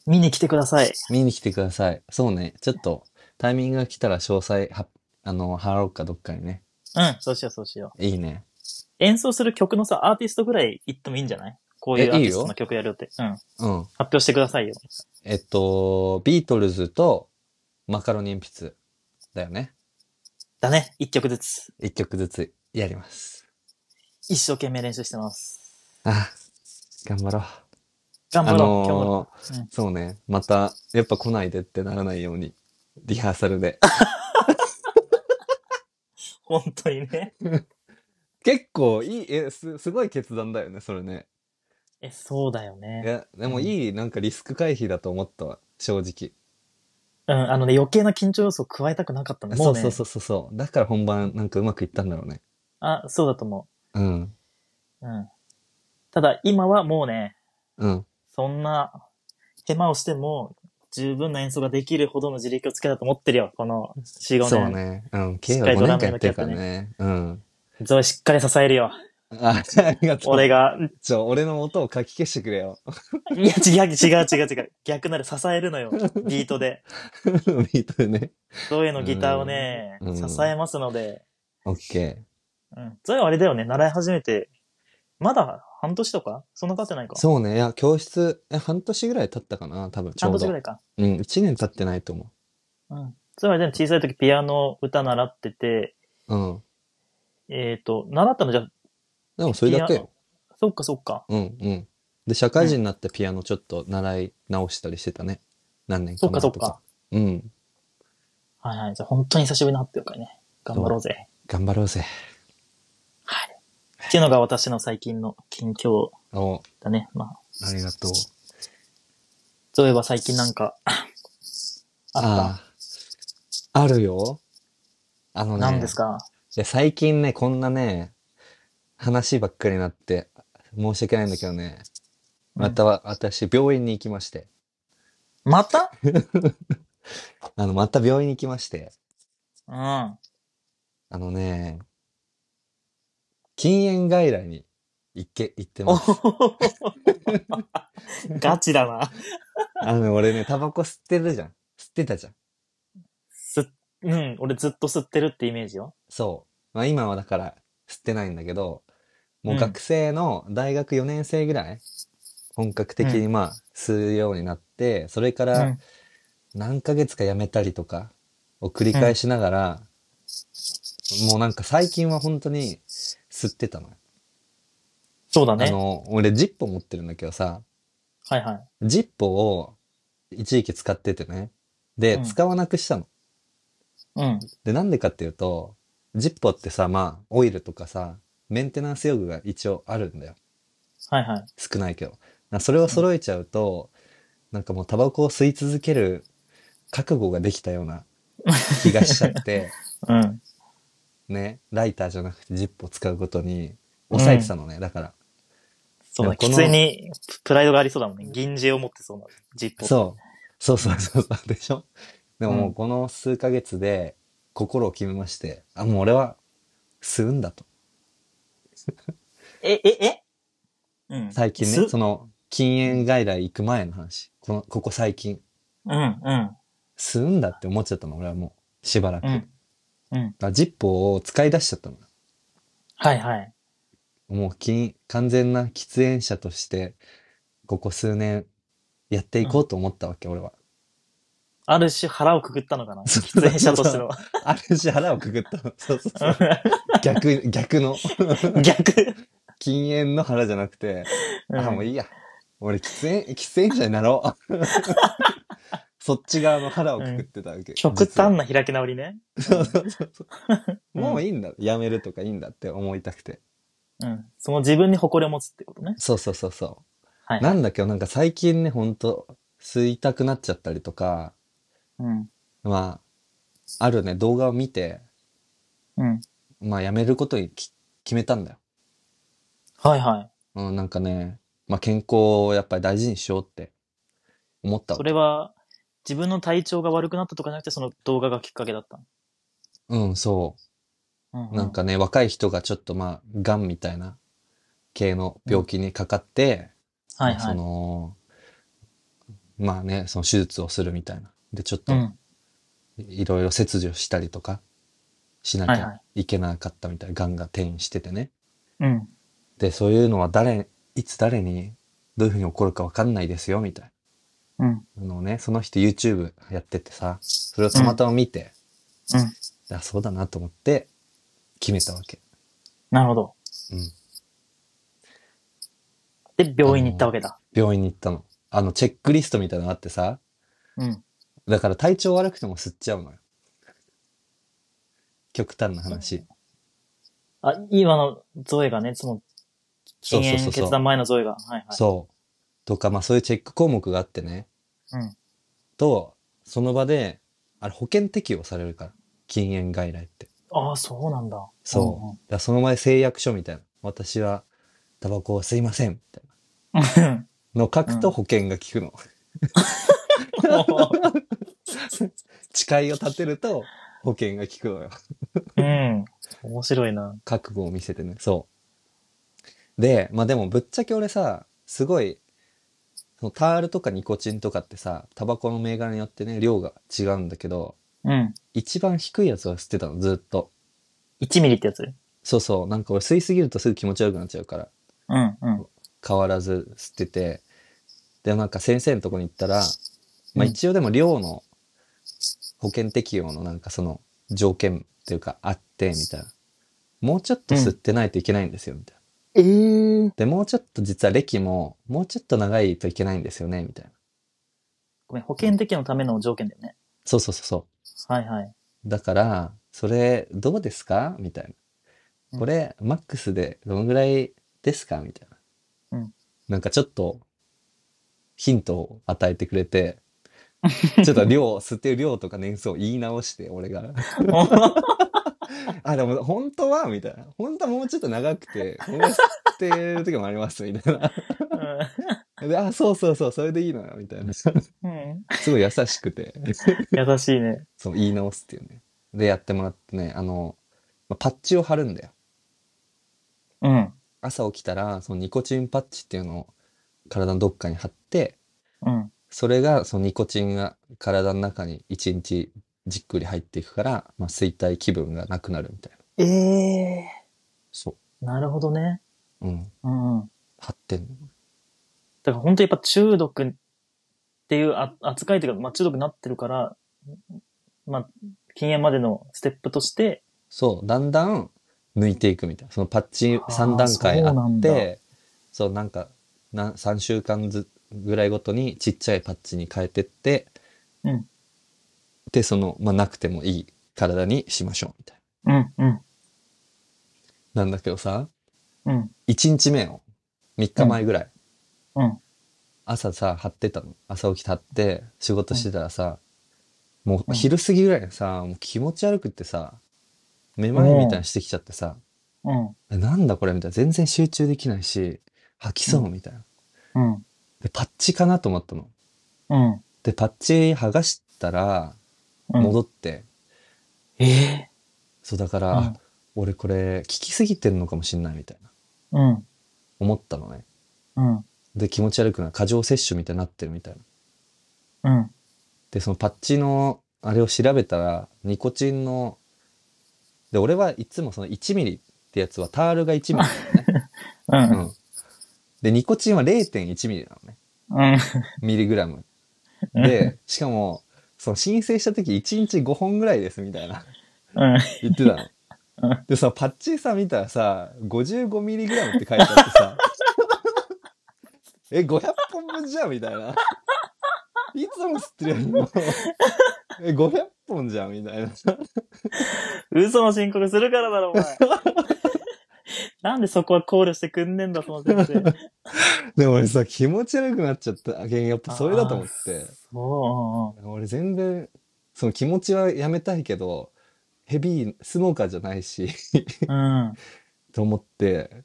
[SPEAKER 2] 見に来てください。
[SPEAKER 1] 見に来てください。そうね。ちょっと、タイミングが来たら詳細は、あの、払おうかどっかにね。
[SPEAKER 2] うん、そうしようそうしよう。
[SPEAKER 1] いいね。
[SPEAKER 2] 演奏する曲のさ、アーティストぐらい言ってもいいんじゃないこういう
[SPEAKER 1] え
[SPEAKER 2] ア
[SPEAKER 1] い
[SPEAKER 2] ー
[SPEAKER 1] いよ
[SPEAKER 2] ティストの曲やるよって。うん。発
[SPEAKER 1] うん。
[SPEAKER 2] 表してくださいよ。
[SPEAKER 1] えっと、ビートルズとマカロニ鉛筆だよね。
[SPEAKER 2] だね。一曲ずつ。
[SPEAKER 1] 一曲ずつやります。
[SPEAKER 2] 一生懸命練習してます。
[SPEAKER 1] あ、頑張ろう。
[SPEAKER 2] 頑張ろう、今日も。
[SPEAKER 1] のー
[SPEAKER 2] うん
[SPEAKER 1] そうね。また、やっぱ来ないでってならないように、リハーサルで。
[SPEAKER 2] 本当にね。
[SPEAKER 1] 結構いい、え、す、すごい決断だよね、それね。
[SPEAKER 2] え、そうだよ
[SPEAKER 1] い
[SPEAKER 2] ね。
[SPEAKER 1] や、でもいい、なんかリスク回避だと思ったわ、正直。
[SPEAKER 2] うん、あのね、余計な緊張要素を加えたくなかったの。も
[SPEAKER 1] そうう
[SPEAKER 2] ね。
[SPEAKER 1] そうそうそうそう。だから本番、なんかうまくいったんだろうね。
[SPEAKER 2] あ、そうだと思
[SPEAKER 1] うん。
[SPEAKER 2] う。うん。ただ、今はもうね、
[SPEAKER 1] うん。
[SPEAKER 2] そんな、手間をしても、十分な演奏ができるほどの自力をつけたと思ってるよ。この4、5年。
[SPEAKER 1] そうね。うん。計
[SPEAKER 2] しっ
[SPEAKER 1] は
[SPEAKER 2] かり
[SPEAKER 1] 5
[SPEAKER 2] ドラ
[SPEAKER 1] 年間や
[SPEAKER 2] ムやら
[SPEAKER 1] っ
[SPEAKER 2] き
[SPEAKER 1] て
[SPEAKER 2] ゃ
[SPEAKER 1] るからね。うん。
[SPEAKER 2] ゾエしっかり支えるよ。
[SPEAKER 1] あ、ありがとう。
[SPEAKER 2] 俺が。
[SPEAKER 1] ちょ、俺の音をかき消してくれよ。
[SPEAKER 2] いや、違う、違う、違う、違う。逆なる、支えるのよ。ビー トで。
[SPEAKER 1] ビートでね。
[SPEAKER 2] ゾエのギターをね、
[SPEAKER 1] うん
[SPEAKER 2] 支えますので。
[SPEAKER 1] オッケ
[SPEAKER 2] うん。ゾエはあれだよね、習い始めて、まだ半年とかそんな経ってないか
[SPEAKER 1] ー。。そうね。いや、教室、え、半年ぐらい経ったかな、多分。ちょ
[SPEAKER 2] 半
[SPEAKER 1] う
[SPEAKER 2] 年
[SPEAKER 1] ど
[SPEAKER 2] ぐら。いか。
[SPEAKER 1] うん、1年経ってないと思
[SPEAKER 2] うん。つまりでも小さい時ピアノ歌習ってて、
[SPEAKER 1] う。うん。
[SPEAKER 2] えっ、と、習ったのじゃ、
[SPEAKER 1] でもそれだけよ。
[SPEAKER 2] そっかそっか。
[SPEAKER 1] うんうん。で、社会人になってピアノちょっと習い直したりしてたね。何年か
[SPEAKER 2] そっ
[SPEAKER 1] 前
[SPEAKER 2] か
[SPEAKER 1] と
[SPEAKER 2] そ
[SPEAKER 1] か。
[SPEAKER 2] っか。
[SPEAKER 1] うん。
[SPEAKER 2] はいはい。じゃあ本当に久しぶりの発表会ね。頑張ろうぜ。
[SPEAKER 1] 頑張ろうぜ。
[SPEAKER 2] っていうのが私の最近の近況
[SPEAKER 1] お
[SPEAKER 2] だね。まあ、
[SPEAKER 1] ありがとう。
[SPEAKER 2] そういえば最近なんか、あっ
[SPEAKER 1] ああ。あるよ。あの
[SPEAKER 2] た。
[SPEAKER 1] ね。
[SPEAKER 2] 何ですか
[SPEAKER 1] いや最近ね、こんなね、話ばっかりになって、申し訳ないんだけどね。
[SPEAKER 2] うん
[SPEAKER 1] または、私、病院に行きまして。
[SPEAKER 2] また
[SPEAKER 1] あの、また病院に行きまして。
[SPEAKER 2] うん。
[SPEAKER 1] あのね、禁煙外来に行け、行って
[SPEAKER 2] お
[SPEAKER 1] ます。
[SPEAKER 2] お ガチだな。
[SPEAKER 1] あの、俺ね、タバコ吸ってるじゃん。吸ってたじゃん。
[SPEAKER 2] すうん、俺ずっと吸ってるってイメージよ。
[SPEAKER 1] そう。まあ今はだから吸ってないんだけど、もううん学生の大学4年生ぐらい、本格的にまあ吸うようになって、それか
[SPEAKER 2] う
[SPEAKER 1] ら
[SPEAKER 2] ん。
[SPEAKER 1] 何ヶ月かやめたりとかを繰り返しながら、もうなんか最近は本当に吸ってたのよ。
[SPEAKER 2] そうだ
[SPEAKER 1] あ
[SPEAKER 2] ね。
[SPEAKER 1] の、俺ジッポ持ってるんだけどさ、
[SPEAKER 2] はいはい。
[SPEAKER 1] ジッポを一時期使っててね。で、
[SPEAKER 2] うん
[SPEAKER 1] 使わなくしたの。
[SPEAKER 2] うん。
[SPEAKER 1] で、なんでかっていうと、ジッポってさ、まあ、オイルとかさ、メンテナンス用具が一応あるんだよ。
[SPEAKER 2] はいはい。
[SPEAKER 1] 少ないけど。なそれを揃えちゃうと、なんかもうタバコを吸い続ける覚悟ができたよう な気がしちゃって、
[SPEAKER 2] うん。
[SPEAKER 1] ね、ライターじゃなくてジッポ使うことに抑えてたのね。だから、
[SPEAKER 2] そうだ、
[SPEAKER 1] でも
[SPEAKER 2] 普
[SPEAKER 1] この
[SPEAKER 2] 通にプライドがありそうだもんね。銀字を持ってそうな。ジッポ。
[SPEAKER 1] そう。そうそうそうそう。でしょでもも
[SPEAKER 2] うん
[SPEAKER 1] うこの数ヶ月で心を決めまして、あ、もう俺は吸うんだと。
[SPEAKER 2] え、え、えうん。
[SPEAKER 1] 最近
[SPEAKER 2] す
[SPEAKER 1] ね、その、禁煙外来行く前の話。この、ここ最近。
[SPEAKER 2] うん、うん、
[SPEAKER 1] 吸うんだって思っちゃったの、俺はもう。しばらく。
[SPEAKER 2] う
[SPEAKER 1] だか
[SPEAKER 2] ん。うん。
[SPEAKER 1] らジッポーを使い出しちゃったの。
[SPEAKER 2] はいはい。
[SPEAKER 1] もう禁、完全な喫煙者として、ここ数年、やっていこうと思ったわけ、俺は。
[SPEAKER 2] ある種腹をくくったのかな
[SPEAKER 1] そう
[SPEAKER 2] 喫煙者としての。
[SPEAKER 1] ある種腹をくぐった の。そうそうそう。逆、逆の。
[SPEAKER 2] 逆。
[SPEAKER 1] 禁煙の腹じゃなくて、あ、もういいや。俺、喫煙、喫煙者になろう。 そっち側の腹をくぐってたわけ。
[SPEAKER 2] 極
[SPEAKER 1] 実は
[SPEAKER 2] 端な開き直りね。
[SPEAKER 1] そうそうそうそうう。
[SPEAKER 2] ん
[SPEAKER 1] もういいんだ。やめるとかいいんだって思いたくて。
[SPEAKER 2] うん。その自分に誇りを持つってことね。
[SPEAKER 1] そうそうそうそ
[SPEAKER 2] は
[SPEAKER 1] う。
[SPEAKER 2] い。
[SPEAKER 1] なんだけど、なんか最近ね、ほんと、吸いたくなっちゃったりとか、
[SPEAKER 2] うん。
[SPEAKER 1] まあ、あるね、動画を見て、
[SPEAKER 2] うん。
[SPEAKER 1] まあ、やめることにき決めたんだよ。
[SPEAKER 2] はいはい。
[SPEAKER 1] うん、なんかね、まあ、健康をやっぱり大事にしようって思ったわ
[SPEAKER 2] それは、自分の体調が悪くなったとかじゃなくて、その動画がきっかけだった
[SPEAKER 1] うん、そう。
[SPEAKER 2] の。う
[SPEAKER 1] なん。かね、若い人がちょっとまあ、癌みたいな系の病気にかかって、
[SPEAKER 2] は
[SPEAKER 1] まあ
[SPEAKER 2] いは
[SPEAKER 1] そ
[SPEAKER 2] い。
[SPEAKER 1] の、まあね、その手術をするみたいな。で、ちょっと
[SPEAKER 2] う、ん。
[SPEAKER 1] いろいろ切除したりとか、しな
[SPEAKER 2] はい
[SPEAKER 1] き
[SPEAKER 2] は
[SPEAKER 1] ゃいけなかったみたいな、癌が転移しててね。
[SPEAKER 2] うん。
[SPEAKER 1] で、そういうのは誰、いつ誰に、どういうふうに起こるかわかんないですよ、みたい
[SPEAKER 2] うん。うん。
[SPEAKER 1] なのをね、その人 YouTube やっててさ、それをたまたま見て、あ、そうだなと思って、決めたわけ。
[SPEAKER 2] なるほど。
[SPEAKER 1] うん。
[SPEAKER 2] で、病院に行ったわけだ。
[SPEAKER 1] 病院に行ったの。あの、チェックリストみたいなのあってさ、
[SPEAKER 2] うん。
[SPEAKER 1] だから体調悪くても吸っちゃうのよ。極端な話。
[SPEAKER 2] あ、今のゾエがね、その、
[SPEAKER 1] そ
[SPEAKER 2] 禁
[SPEAKER 1] うそうそうそう
[SPEAKER 2] 煙決断前のゾエが。はいはい。
[SPEAKER 1] そう。とか、まあそういうチェック項目があってね。
[SPEAKER 2] うん
[SPEAKER 1] と、その場で、あれ保険適用されるから。禁煙外来って。
[SPEAKER 2] ああ、そうなんだ。
[SPEAKER 1] そう。
[SPEAKER 2] うんう
[SPEAKER 1] だ
[SPEAKER 2] ん
[SPEAKER 1] からその前誓約書みたいな。私はタバコを吸いません。みたいな。の書くと保険が効く の。 誓いを立てると保険が効くのよ。
[SPEAKER 2] うん。面白いな。
[SPEAKER 1] 覚悟を見せてね。そう。で、まあでもぶっちゃけ俺さ、すごい、そのタールとかニコチンとかってさ、タバコの銘柄によってね、量が違うんだけど、
[SPEAKER 2] うん。
[SPEAKER 1] 一番低いやつは吸ってたの、ずっと。
[SPEAKER 2] 1ミリってやつうん
[SPEAKER 1] そうそう、なんか俺吸いすぎるとすぐ気持ち悪くなっちゃうから、
[SPEAKER 2] うん。
[SPEAKER 1] 変わらず吸ってて。で、なんか先生のとこに行ったら、まあ
[SPEAKER 2] うん
[SPEAKER 1] 一応でも量の保険適用のなんかその条件っていうかあって、みたいな。もうちょっと吸ってないといけないんですよ、みたいな。
[SPEAKER 2] ええ。
[SPEAKER 1] で、もうちょっと実は歴も、もうちょっと長いといけないんですよね、みたいな。
[SPEAKER 2] ごめん、保険適用のための条件だよね。
[SPEAKER 1] そうそうそうそ
[SPEAKER 2] は いはい。
[SPEAKER 1] う。だから、それ、どうですかみたいな。これ、マックスでどのぐらいですかみたいな。
[SPEAKER 2] うん
[SPEAKER 1] なんかちょっと、ヒントを与えてくれて、 ちょっと量、捨てる量とか年数を言い直して、俺が。あ、でも本当はみたいな。本当はもうちょっと長くて、こうしてる時もあります、みたいな。で、あ、そうそうそう、それでいいのよ、みたいな。す
[SPEAKER 2] うんうん
[SPEAKER 1] ごい優しくて、
[SPEAKER 2] 優しいね。
[SPEAKER 1] そう、言い直すっていうね。で、やってもらってね、あの、まあパッチを貼るんだよ。
[SPEAKER 2] うん。
[SPEAKER 1] 朝起きたら、そのニコチンパッチっていうのを体のどっかに貼って、
[SPEAKER 2] うん。
[SPEAKER 1] それが、そのニコチンが体の中に一日じっくり入っていくから、まあ、衰退気分がなくなるみたいな。
[SPEAKER 2] ええ
[SPEAKER 1] そ
[SPEAKER 2] なるほどね。
[SPEAKER 1] う。うん。
[SPEAKER 2] うんうん。
[SPEAKER 1] 貼ってんの。
[SPEAKER 2] だから本当やっぱ中毒っていうあ扱いというか、まあ、中毒になってるから、まあ、禁煙までのステップとして、
[SPEAKER 1] そう、だんだん抜いていくみたいな。そのパッチ
[SPEAKER 2] あー
[SPEAKER 1] 3段階あ
[SPEAKER 2] そうなん
[SPEAKER 1] っ
[SPEAKER 2] だ
[SPEAKER 1] て、そうなんかな、3週間ずぐらいごとにちっちゃいパッチに変えてって、
[SPEAKER 2] うん
[SPEAKER 1] で、その、まあ、なくてもいい体にしましょうみたい
[SPEAKER 2] うん、うん、
[SPEAKER 1] な。なんだけどさ、
[SPEAKER 2] うん、
[SPEAKER 1] 1日目を、3日前ぐらい、
[SPEAKER 2] うん、
[SPEAKER 1] 朝さ、張ってたの。朝起きて張って、仕事してたらさ、もう昼過ぎぐらいにさ、もう気持ち悪くってさ、めまいみたいなのしてきちゃってさ、
[SPEAKER 2] うん、
[SPEAKER 1] えなんだこれみたいな。全然集中できないし、吐きそうみたいな。
[SPEAKER 2] うん、
[SPEAKER 1] で、パッチかなと思ったの。
[SPEAKER 2] うん。
[SPEAKER 1] で、パッチ剥がしたら、
[SPEAKER 2] うん
[SPEAKER 1] 戻って、
[SPEAKER 2] ええ
[SPEAKER 1] そうだから、
[SPEAKER 2] うん
[SPEAKER 1] あ俺これ、効きすぎてんのかもしんないみたいな。
[SPEAKER 2] うん、
[SPEAKER 1] 思ったのね。
[SPEAKER 2] うん、
[SPEAKER 1] で、気持ち悪くなる。過剰摂取みたいになってるみたいな。
[SPEAKER 2] うん、
[SPEAKER 1] で、そのパッチの、あれを調べたら、ニコチンの、で、俺はいつもその1ミリってやつは、タールが1ミリな
[SPEAKER 2] う
[SPEAKER 1] のね。
[SPEAKER 2] ん、
[SPEAKER 1] うん。で、ニコチンは0.1ミリなのね。
[SPEAKER 2] うん。
[SPEAKER 1] ミリグラム。 で、しかも、その申請した時1日5本ぐらいですみたいな
[SPEAKER 2] うん、
[SPEAKER 1] 言ってた
[SPEAKER 2] う
[SPEAKER 1] の。でさ、パッチさ見たらさ、55ミリグラムって書いてあってさ、え、500本分じゃんみたいな。いつも吸ってるやん。もうえ、500本じゃんみたいな。
[SPEAKER 2] 嘘の申告するからだろ、お前。 なんでそこは考慮してくんねんだ、その先生。
[SPEAKER 1] でも俺さ、気持ち悪くなっちゃった。あ、げんやっぱそれだと思って。
[SPEAKER 2] そ
[SPEAKER 1] 俺全然、その気持ちはやめたいけど、ヘビー、スモーカーじゃないし。
[SPEAKER 2] う、うん、うん。
[SPEAKER 1] と思って、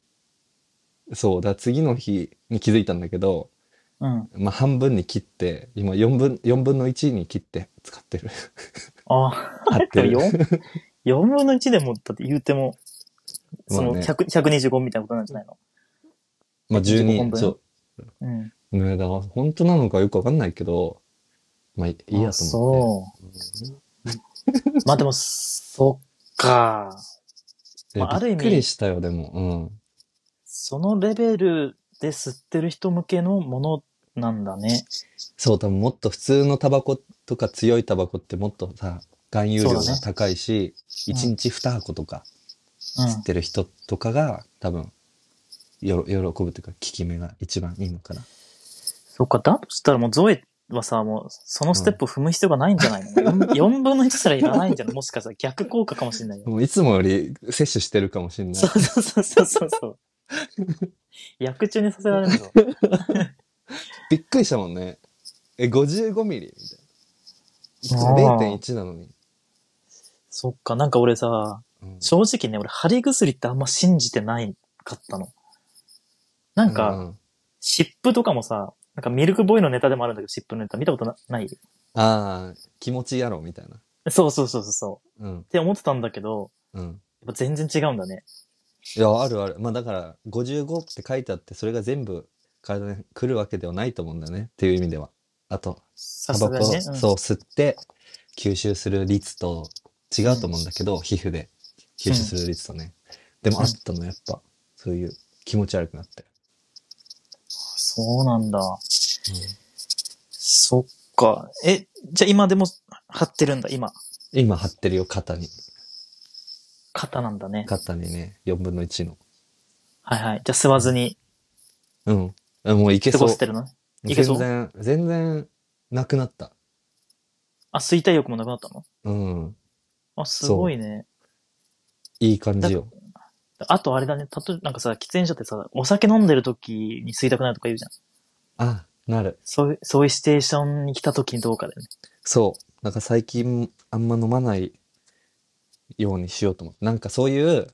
[SPEAKER 1] そう、だから次の日に気づいたんだけど、
[SPEAKER 2] うん。
[SPEAKER 1] まあ半分に切って、今4分、4分の1に切って使って る。
[SPEAKER 2] あ、
[SPEAKER 1] 貼って
[SPEAKER 2] で
[SPEAKER 1] る
[SPEAKER 2] も。4、4分の1でも、だって言うても、その
[SPEAKER 1] まあね
[SPEAKER 2] 100 125みたいなことなんじゃないの
[SPEAKER 1] まあ
[SPEAKER 2] 15本
[SPEAKER 1] 12、
[SPEAKER 2] 分
[SPEAKER 1] そ
[SPEAKER 2] うん。
[SPEAKER 1] う。ね、だから本当なのかよくわかんないけど、まあいいやと思って。
[SPEAKER 2] そう。まあでも、そっか。
[SPEAKER 1] え
[SPEAKER 2] まあある
[SPEAKER 1] び
[SPEAKER 2] 意
[SPEAKER 1] っ
[SPEAKER 2] 味
[SPEAKER 1] くりしたよ、でも。
[SPEAKER 2] そのレベルで吸ってる人向けのものなんだね。
[SPEAKER 1] うん。そう、多分もっと普通のタバコとか強いタバコってもっとさ、含有量
[SPEAKER 2] そうだ
[SPEAKER 1] が
[SPEAKER 2] ね
[SPEAKER 1] 高いし、
[SPEAKER 2] うん
[SPEAKER 1] 1日2箱とか
[SPEAKER 2] う
[SPEAKER 1] 吸ってる人とかが、多分、よろ喜ぶというか、効き目が一番いいのかな。
[SPEAKER 2] そっか、だとしたらもうゾエはさ、もうそのステップを踏む必要がないんじゃないの、 四 ?4 分の1すらいらないんじゃないもしかしたら逆効果かもしれないよ。
[SPEAKER 1] もういつもより摂取してるかもしれない
[SPEAKER 2] そう。そうそうそうそ うそう。役中にさせられるの。
[SPEAKER 1] びっくりしたもんね。え、55ミリみたいな。いつも
[SPEAKER 2] あー
[SPEAKER 1] 0.1なのに。
[SPEAKER 2] そっか、なんか俺さ、
[SPEAKER 1] うん
[SPEAKER 2] 正直ね、俺、貼り薬ってあんま信じてないかったの。なんか、
[SPEAKER 1] うん
[SPEAKER 2] 湿布とかもさ、なんかミルクボーイのネタでもあるんだけど、湿布のネタ見たことなない
[SPEAKER 1] ああ、気持ちいいやろ、みたいな。
[SPEAKER 2] そうそうそうそうそう。
[SPEAKER 1] うん
[SPEAKER 2] っ、て思ってたんだけど、
[SPEAKER 1] うん。
[SPEAKER 2] やっぱ全然違うんだね。
[SPEAKER 1] いや、あるある。まあだから、55って書いてあって、それが全部体に来るわけではないと思うんだね。っていう意味では。あと、
[SPEAKER 2] さ
[SPEAKER 1] タ
[SPEAKER 2] す
[SPEAKER 1] バ
[SPEAKER 2] が
[SPEAKER 1] コ、
[SPEAKER 2] にね。
[SPEAKER 1] そう、吸って吸収する率と違うと思うんだけど、皮膚で吸収する率とね。でもあったの、やっぱ。そういう気持ち悪くなって。
[SPEAKER 2] そうなんだ。そっか。え、じゃあ今でも貼ってるんだ、今。
[SPEAKER 1] 今貼ってるよ、肩に。
[SPEAKER 2] 肩なんだね。
[SPEAKER 1] 肩にね、4分の1の。
[SPEAKER 2] はいはい。じゃあ吸わずに
[SPEAKER 1] うん。あもういけ
[SPEAKER 2] 過
[SPEAKER 1] そ
[SPEAKER 2] ご
[SPEAKER 1] う
[SPEAKER 2] し。てるのね。いけそ
[SPEAKER 1] 全
[SPEAKER 2] う
[SPEAKER 1] 然、全然、なくなった。
[SPEAKER 2] あ、吸いたい欲もなくなったの
[SPEAKER 1] うん。
[SPEAKER 2] あ、すごいね。
[SPEAKER 1] いい感じよ。
[SPEAKER 2] あとあれだね、たと、なんかさ、喫煙者ってさ、お酒飲んでる時に吸いたくなるとか言うじゃん。
[SPEAKER 1] あ、なる。
[SPEAKER 2] そういう、そういうシチュエーションに来た時にどうかだよね。
[SPEAKER 1] そう。なんか最近、あんま飲まないようにしようと思って。なんかそういう、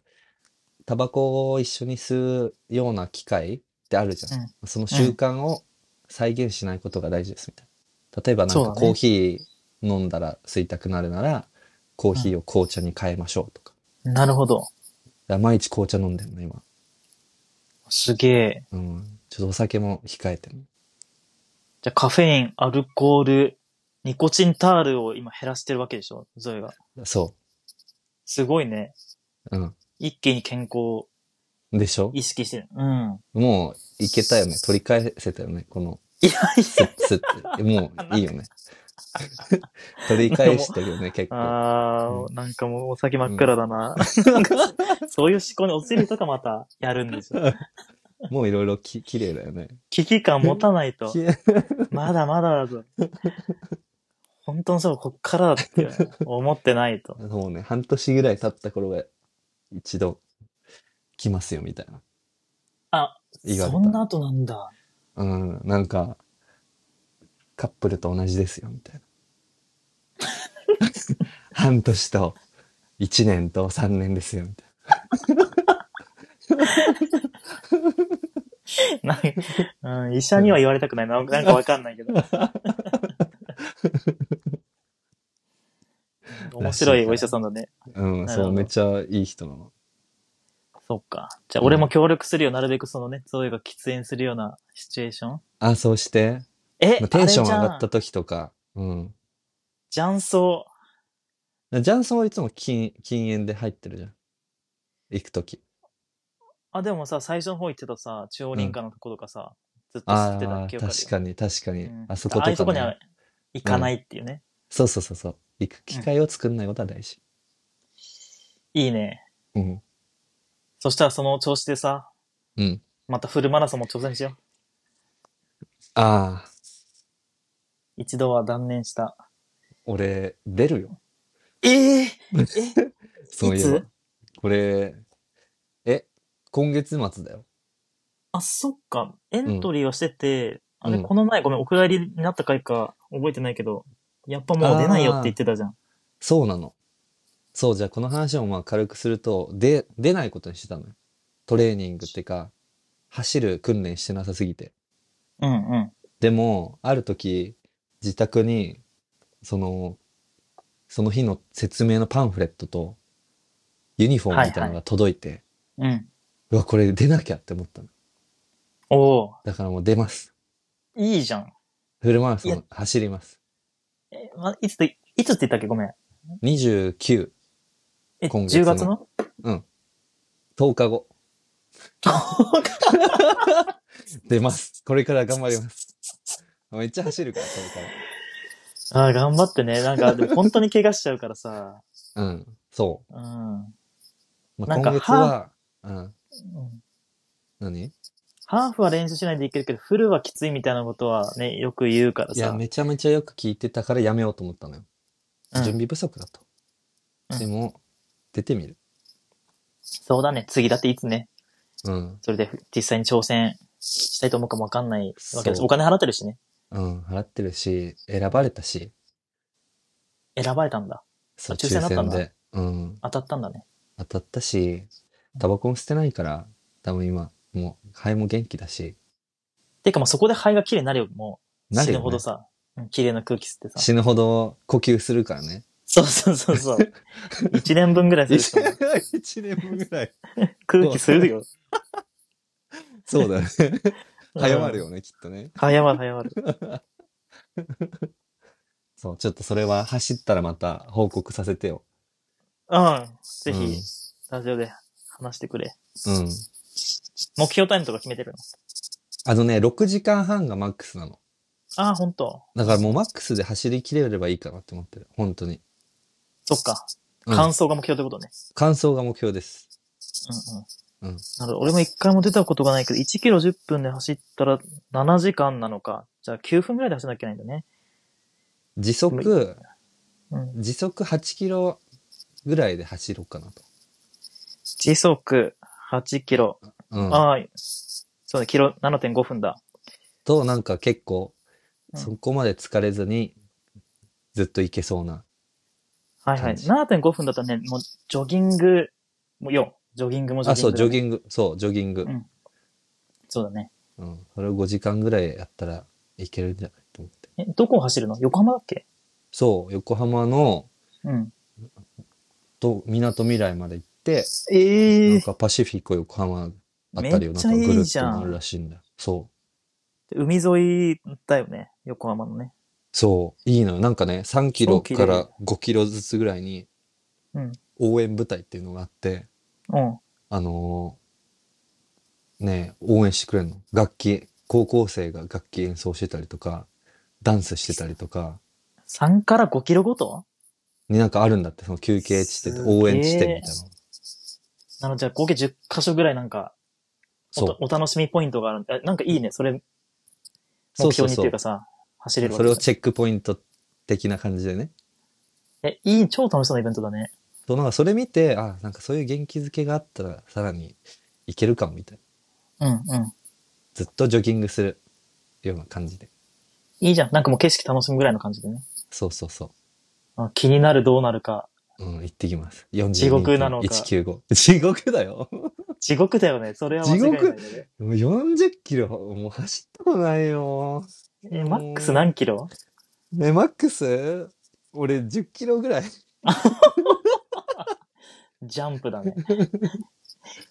[SPEAKER 1] タバコを一緒に吸うような機会ってあるじゃん。
[SPEAKER 2] うん
[SPEAKER 1] その習慣を再現しないことが大事ですみたいな。例えばなん
[SPEAKER 2] そう
[SPEAKER 1] か
[SPEAKER 2] だね
[SPEAKER 1] コーヒー飲んだら吸いたくなるなら、コーヒーを紅茶に変えましょうとか。
[SPEAKER 2] なるほど。
[SPEAKER 1] だから毎日紅茶飲んでるの、今。
[SPEAKER 2] すげえ。
[SPEAKER 1] うん。ちょっとお酒も控えてる。
[SPEAKER 2] じゃあカフェイン、アルコール、ニコチンタールを今減らしてるわけでしょゾエが。
[SPEAKER 1] そ
[SPEAKER 2] すごいね。
[SPEAKER 1] う。うん。
[SPEAKER 2] 一気に健康を
[SPEAKER 1] でしょ
[SPEAKER 2] 意識してる。うん。
[SPEAKER 1] もう、いけたよね。取り返せたよね。この、
[SPEAKER 2] いやい
[SPEAKER 1] スッスッて。もう、いいよ ね。取り返してるよね、結構。
[SPEAKER 2] や。あー、
[SPEAKER 1] う
[SPEAKER 2] なんかもうお先真っ暗だな。 そういう思考に陥るとかまたやるんですよ。
[SPEAKER 1] もういろいろき、綺麗だよね。
[SPEAKER 2] 危機感持たないと
[SPEAKER 1] き。 れい
[SPEAKER 2] まだまだ だぞ。本当にそう、こっからだって思ってないと。
[SPEAKER 1] もうね、半年ぐらい経った頃が、一度、来ますよ、みたいな。
[SPEAKER 2] あ、
[SPEAKER 1] 言われ
[SPEAKER 2] そ
[SPEAKER 1] た
[SPEAKER 2] んな後なんだ。
[SPEAKER 1] うん、なんか、カップルと同じですよ、み たいな。半年と、一年と三年ですよ、みたい
[SPEAKER 2] なんかうん、医者には言われたくないな。なんかわかんな いけど。面白いお医者さんだね。
[SPEAKER 1] な。うん、
[SPEAKER 2] なる
[SPEAKER 1] そ
[SPEAKER 2] ほど
[SPEAKER 1] う、めっちゃいい人なの。
[SPEAKER 2] そっか。じゃあ、俺も協力するよ。なるべくそのね、ゾエが喫煙するようなシチュエーション。
[SPEAKER 1] あ、そうして、
[SPEAKER 2] え
[SPEAKER 1] まあテンション上
[SPEAKER 2] あれ
[SPEAKER 1] がった時とか、うん。
[SPEAKER 2] じゃん。雀荘。
[SPEAKER 1] ジャンソンはいつも禁禁煙で入ってるじゃん。行く時。
[SPEAKER 2] あ、でもさ、最初の方行ってたさ、中央林間のとことかさ、ずっと吸
[SPEAKER 1] あ
[SPEAKER 2] ってた
[SPEAKER 1] あ
[SPEAKER 2] 記
[SPEAKER 1] ー、
[SPEAKER 2] 憶あるよ
[SPEAKER 1] 確かに、確かに。
[SPEAKER 2] うん
[SPEAKER 1] あそこと
[SPEAKER 2] ああいうと
[SPEAKER 1] か、
[SPEAKER 2] こには
[SPEAKER 1] ね。
[SPEAKER 2] 行かないっていうね。
[SPEAKER 1] そうそうそうそう。行く機会を作んないことは大事。
[SPEAKER 2] いいね。
[SPEAKER 1] うん。
[SPEAKER 2] そしたらその調子でさ、
[SPEAKER 1] うん。
[SPEAKER 2] またフルマラソンも挑戦しよ
[SPEAKER 1] ああ、
[SPEAKER 2] う。一度は断念した。
[SPEAKER 1] 俺、出るよ。
[SPEAKER 2] ええ
[SPEAKER 1] そういえ
[SPEAKER 2] い
[SPEAKER 1] ば
[SPEAKER 2] つ。
[SPEAKER 1] これ、え、今月末だよ。
[SPEAKER 2] あ、そっか。エントリーはしてて、
[SPEAKER 1] うん
[SPEAKER 2] あ
[SPEAKER 1] う
[SPEAKER 2] れ、
[SPEAKER 1] ん
[SPEAKER 2] この前ごめん、お蔵入りになった回か覚えてないけど、やっぱもう出ないよって言ってたじゃん。
[SPEAKER 1] そうなの。そう、じゃあこの話をまあ軽くすると、で、出ないことにしてたのよ。トレーニングっていうか、走る訓練してなさすぎて。
[SPEAKER 2] うんうん。
[SPEAKER 1] でも、ある時、自宅に、その、その日の説明のパンフレットと、ユニフォームみたいなのが届いて、
[SPEAKER 2] うん。
[SPEAKER 1] うわ、これ出なきゃって思ったの。
[SPEAKER 2] おお
[SPEAKER 1] だからもう出ます。
[SPEAKER 2] いいじゃん。
[SPEAKER 1] フルマラソ
[SPEAKER 2] いや
[SPEAKER 1] ン走ります。
[SPEAKER 2] え、ま、いつと、いつって言ったっけごめん。
[SPEAKER 1] 29、
[SPEAKER 2] え、
[SPEAKER 1] 今月の
[SPEAKER 2] 10月の
[SPEAKER 1] 10日後。出ます。これから頑張ります。めっちゃ走るから、こ
[SPEAKER 2] ああ、頑張ってね。なんか、で も本当に怪我しちゃうからさ。
[SPEAKER 1] れから。うん。そ
[SPEAKER 2] うん。
[SPEAKER 1] う。まあ
[SPEAKER 2] なんか
[SPEAKER 1] 今月は、うん。
[SPEAKER 2] うん
[SPEAKER 1] 何
[SPEAKER 2] ハーフは練習しないでいけるけど、フルはきついみたいなことはね、よく言うから
[SPEAKER 1] いや、
[SPEAKER 2] さ。
[SPEAKER 1] めちゃめちゃよく聞いてたからやめようと思ったのよ。
[SPEAKER 2] うん
[SPEAKER 1] 準備不足だと。
[SPEAKER 2] うん
[SPEAKER 1] でも、出てみる。
[SPEAKER 2] そうだね。次だっていつね、
[SPEAKER 1] うん。
[SPEAKER 2] それで実際に挑戦したいと思うかもわかんないわけです。
[SPEAKER 1] そう
[SPEAKER 2] お金払ってるしね。
[SPEAKER 1] うん。払ってるし、選ばれたし、
[SPEAKER 2] 選ばれたんだ。
[SPEAKER 1] そう、
[SPEAKER 2] あ抽選だったんだ
[SPEAKER 1] で。うん。
[SPEAKER 2] 当たったんだね。
[SPEAKER 1] 当たったし、タバコも捨てないから、多分今、もう、肺も元気だし、
[SPEAKER 2] てかまあそこで肺が綺麗になるよ、もう。
[SPEAKER 1] なる
[SPEAKER 2] 死
[SPEAKER 1] よ
[SPEAKER 2] ぬ
[SPEAKER 1] ね
[SPEAKER 2] ほどさ。うん綺麗な空気吸ってさ。
[SPEAKER 1] 死ぬほど呼吸するからね。
[SPEAKER 2] そうそうそうそう。一年分ぐらいするし
[SPEAKER 1] 一年分ぐらい。
[SPEAKER 2] 空気吸うよ。
[SPEAKER 1] そう だね。早まる
[SPEAKER 2] よ。
[SPEAKER 1] よね、きっとね。
[SPEAKER 2] 早まる早まる。
[SPEAKER 1] そう、ちょっとそれは走ったらまた報告させてよ。
[SPEAKER 2] うん。ぜ
[SPEAKER 1] うん
[SPEAKER 2] ひ、スタジオで話してくれ。
[SPEAKER 1] うん。
[SPEAKER 2] 目標タイムとか決めてるの
[SPEAKER 1] あのね、6時間半がマックスなの。
[SPEAKER 2] ああ、ほんと。
[SPEAKER 1] だからもうマックスで走り切れればいいかなって思ってる。本当に。
[SPEAKER 2] そっか。
[SPEAKER 1] うん
[SPEAKER 2] 感想が目標ってことね。
[SPEAKER 1] 完走が目標です。
[SPEAKER 2] うんうん。
[SPEAKER 1] うん
[SPEAKER 2] なるほど。俺も一回も出たことがないけど、1キロ10分で走ったら7時間なのか。じゃあ9分ぐらいで走らなきゃいけないんだね。
[SPEAKER 1] 時速、
[SPEAKER 2] うん。
[SPEAKER 1] 時速8キロぐらいで走ろうかなと。
[SPEAKER 2] 時速8キロ。
[SPEAKER 1] うん。
[SPEAKER 2] ああ、そうだ、キロ7.5分だ。
[SPEAKER 1] と、なんか結構、
[SPEAKER 2] うん
[SPEAKER 1] そこまで疲れずに、ずっと行けそうな
[SPEAKER 2] はいは
[SPEAKER 1] 感
[SPEAKER 2] い。
[SPEAKER 1] じ
[SPEAKER 2] 7.5分だとね、もうジョギングも4。ジョギングもジョギ
[SPEAKER 1] あ、
[SPEAKER 2] ング、
[SPEAKER 1] そう、ジョギ
[SPEAKER 2] グ。
[SPEAKER 1] ング。そう、ジョギング
[SPEAKER 2] う。んそうだね。
[SPEAKER 1] うん。それを5時間ぐらいやったらいけるんじゃないと思って。
[SPEAKER 2] え、どこを走るの横浜だっけ
[SPEAKER 1] そう、横浜の、
[SPEAKER 2] うん。
[SPEAKER 1] と、港未来まで行って、
[SPEAKER 2] ええ
[SPEAKER 1] なんかパシフィコ横浜あたりをなんか
[SPEAKER 2] めっちゃ
[SPEAKER 1] ぐ
[SPEAKER 2] い
[SPEAKER 1] る
[SPEAKER 2] い
[SPEAKER 1] っ
[SPEAKER 2] じ
[SPEAKER 1] と
[SPEAKER 2] ゃん
[SPEAKER 1] 回るらしいんだよ。そう。
[SPEAKER 2] 海沿いだよね。横浜のね。
[SPEAKER 1] そう、いいのよ。なんかね、3キロ
[SPEAKER 2] 超綺麗
[SPEAKER 1] から5キロずつぐらいに
[SPEAKER 2] うん、
[SPEAKER 1] 応援部隊っていうのがあって、
[SPEAKER 2] うん。
[SPEAKER 1] あのーね、応援してくれるの。楽器、高校生が楽器演奏してたりとか、ダンスしてたりとか、
[SPEAKER 2] 3から5キロごと
[SPEAKER 1] になんかあるんだって、その休憩地点
[SPEAKER 2] す
[SPEAKER 1] と
[SPEAKER 2] げえ
[SPEAKER 1] 応援地点みたいな。
[SPEAKER 2] なので、じゃあ合計10箇所ぐらいなんかお
[SPEAKER 1] そう
[SPEAKER 2] と、お楽しみポイントがあるんだ。あなんかいいね。それ、
[SPEAKER 1] そ
[SPEAKER 2] 目
[SPEAKER 1] うそう
[SPEAKER 2] 標にって
[SPEAKER 1] そ
[SPEAKER 2] いううか。さ、走れるわ
[SPEAKER 1] そ
[SPEAKER 2] け
[SPEAKER 1] れ
[SPEAKER 2] だ
[SPEAKER 1] をチェックポイント的な感じでね。
[SPEAKER 2] え、いい、超楽しそうなイベントだね。
[SPEAKER 1] そう、なんかそれ見て、あ、なんかそういう元気づけがあったら、さらにいけるかも、みたいな。
[SPEAKER 2] うんうん。
[SPEAKER 1] ずっとジョギングするような感じで。
[SPEAKER 2] いいじゃん。なんかもう景色楽しむぐらいの感じでね。
[SPEAKER 1] そうそうそう。
[SPEAKER 2] あ気になるどうなるか。
[SPEAKER 1] うん、行ってきます。42.195。
[SPEAKER 2] 地獄なのか
[SPEAKER 1] 地獄だよ。も
[SPEAKER 2] 地獄だよね。それは間違いない、ね。
[SPEAKER 1] う40キロ、もう走ったことないよ。
[SPEAKER 2] え、マックス何キロ
[SPEAKER 1] ね、マックス俺10キロぐらい。
[SPEAKER 2] ジャンプ だね。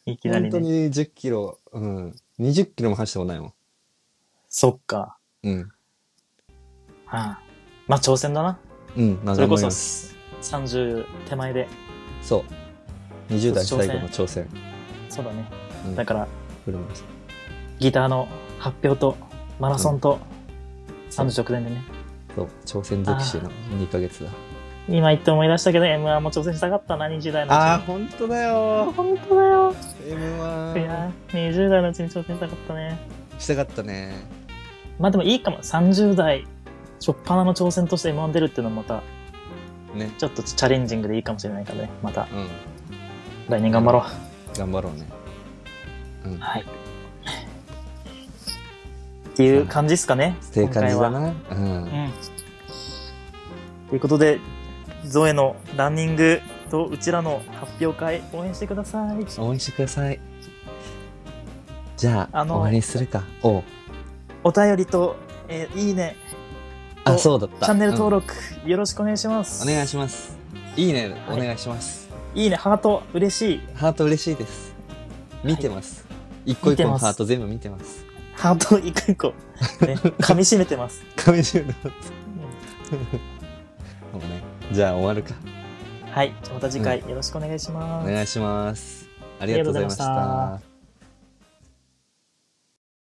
[SPEAKER 2] いきな
[SPEAKER 1] 本
[SPEAKER 2] り
[SPEAKER 1] 当
[SPEAKER 2] ね。
[SPEAKER 1] に10キロ、うん。20キロも走ったことないもん。
[SPEAKER 2] そっか。
[SPEAKER 1] うん。
[SPEAKER 2] はあ、まあ挑戦だな。
[SPEAKER 1] うん、まあ
[SPEAKER 2] それこ
[SPEAKER 1] 頑張り
[SPEAKER 2] そ
[SPEAKER 1] ます
[SPEAKER 2] 30手前で。
[SPEAKER 1] そう。20代最後の挑戦。
[SPEAKER 2] そうだね。
[SPEAKER 1] うん
[SPEAKER 2] だから、
[SPEAKER 1] 振る舞います
[SPEAKER 2] ギターの発表と、マラソンと、30直前でね。
[SPEAKER 1] そう、挑戦尽くしの2ヶ月だ。
[SPEAKER 2] 今言って思い出したけど、M1 も挑戦したかったな、20代のうちに。
[SPEAKER 1] あー、本当だよ。
[SPEAKER 2] 本当だよ。い
[SPEAKER 1] M1。
[SPEAKER 2] や、20代のうちに挑戦したかったね。
[SPEAKER 1] したかったね。
[SPEAKER 2] まあでもいいかも。30代、初っ端の挑戦として M1 出るっていうのもまた、
[SPEAKER 1] ね。
[SPEAKER 2] ちょっとチャレンジングでいいかもしれないからね。また、
[SPEAKER 1] うん。
[SPEAKER 2] 来年頑張ろう。
[SPEAKER 1] 頑張ろうね。うん。
[SPEAKER 2] はい。っていう感じですかね。
[SPEAKER 1] っていう感じだ
[SPEAKER 2] 今
[SPEAKER 1] な。うん
[SPEAKER 2] 回は。うん。ということで、ゾエのランニングとうちらの発表会応援してください。
[SPEAKER 1] 応援してください。じゃあ、
[SPEAKER 2] あの
[SPEAKER 1] 終わりにするか。おう
[SPEAKER 2] お便りと、えーいいね、
[SPEAKER 1] あ、
[SPEAKER 2] お
[SPEAKER 1] そうだった。
[SPEAKER 2] チャンネル登
[SPEAKER 1] 録、
[SPEAKER 2] 録、よろしくお願いします。
[SPEAKER 1] お願いします。いいね、
[SPEAKER 2] はい
[SPEAKER 1] お願いします。
[SPEAKER 2] いいね、ハート、嬉しい。
[SPEAKER 1] ハート嬉しいです。見てます。一個
[SPEAKER 2] 見
[SPEAKER 1] 一
[SPEAKER 2] て
[SPEAKER 1] 個の
[SPEAKER 2] ます
[SPEAKER 1] ハート全部見てます。
[SPEAKER 2] ハート一個一個、ね、噛み締めてます。
[SPEAKER 1] 紙中の。
[SPEAKER 2] うん
[SPEAKER 1] もうね。じゃあ終わるか。
[SPEAKER 2] はい、じゃあまた次回よろしくお願いします。
[SPEAKER 1] お願いします。ありがとうございまし
[SPEAKER 2] ありがとうございました
[SPEAKER 1] た。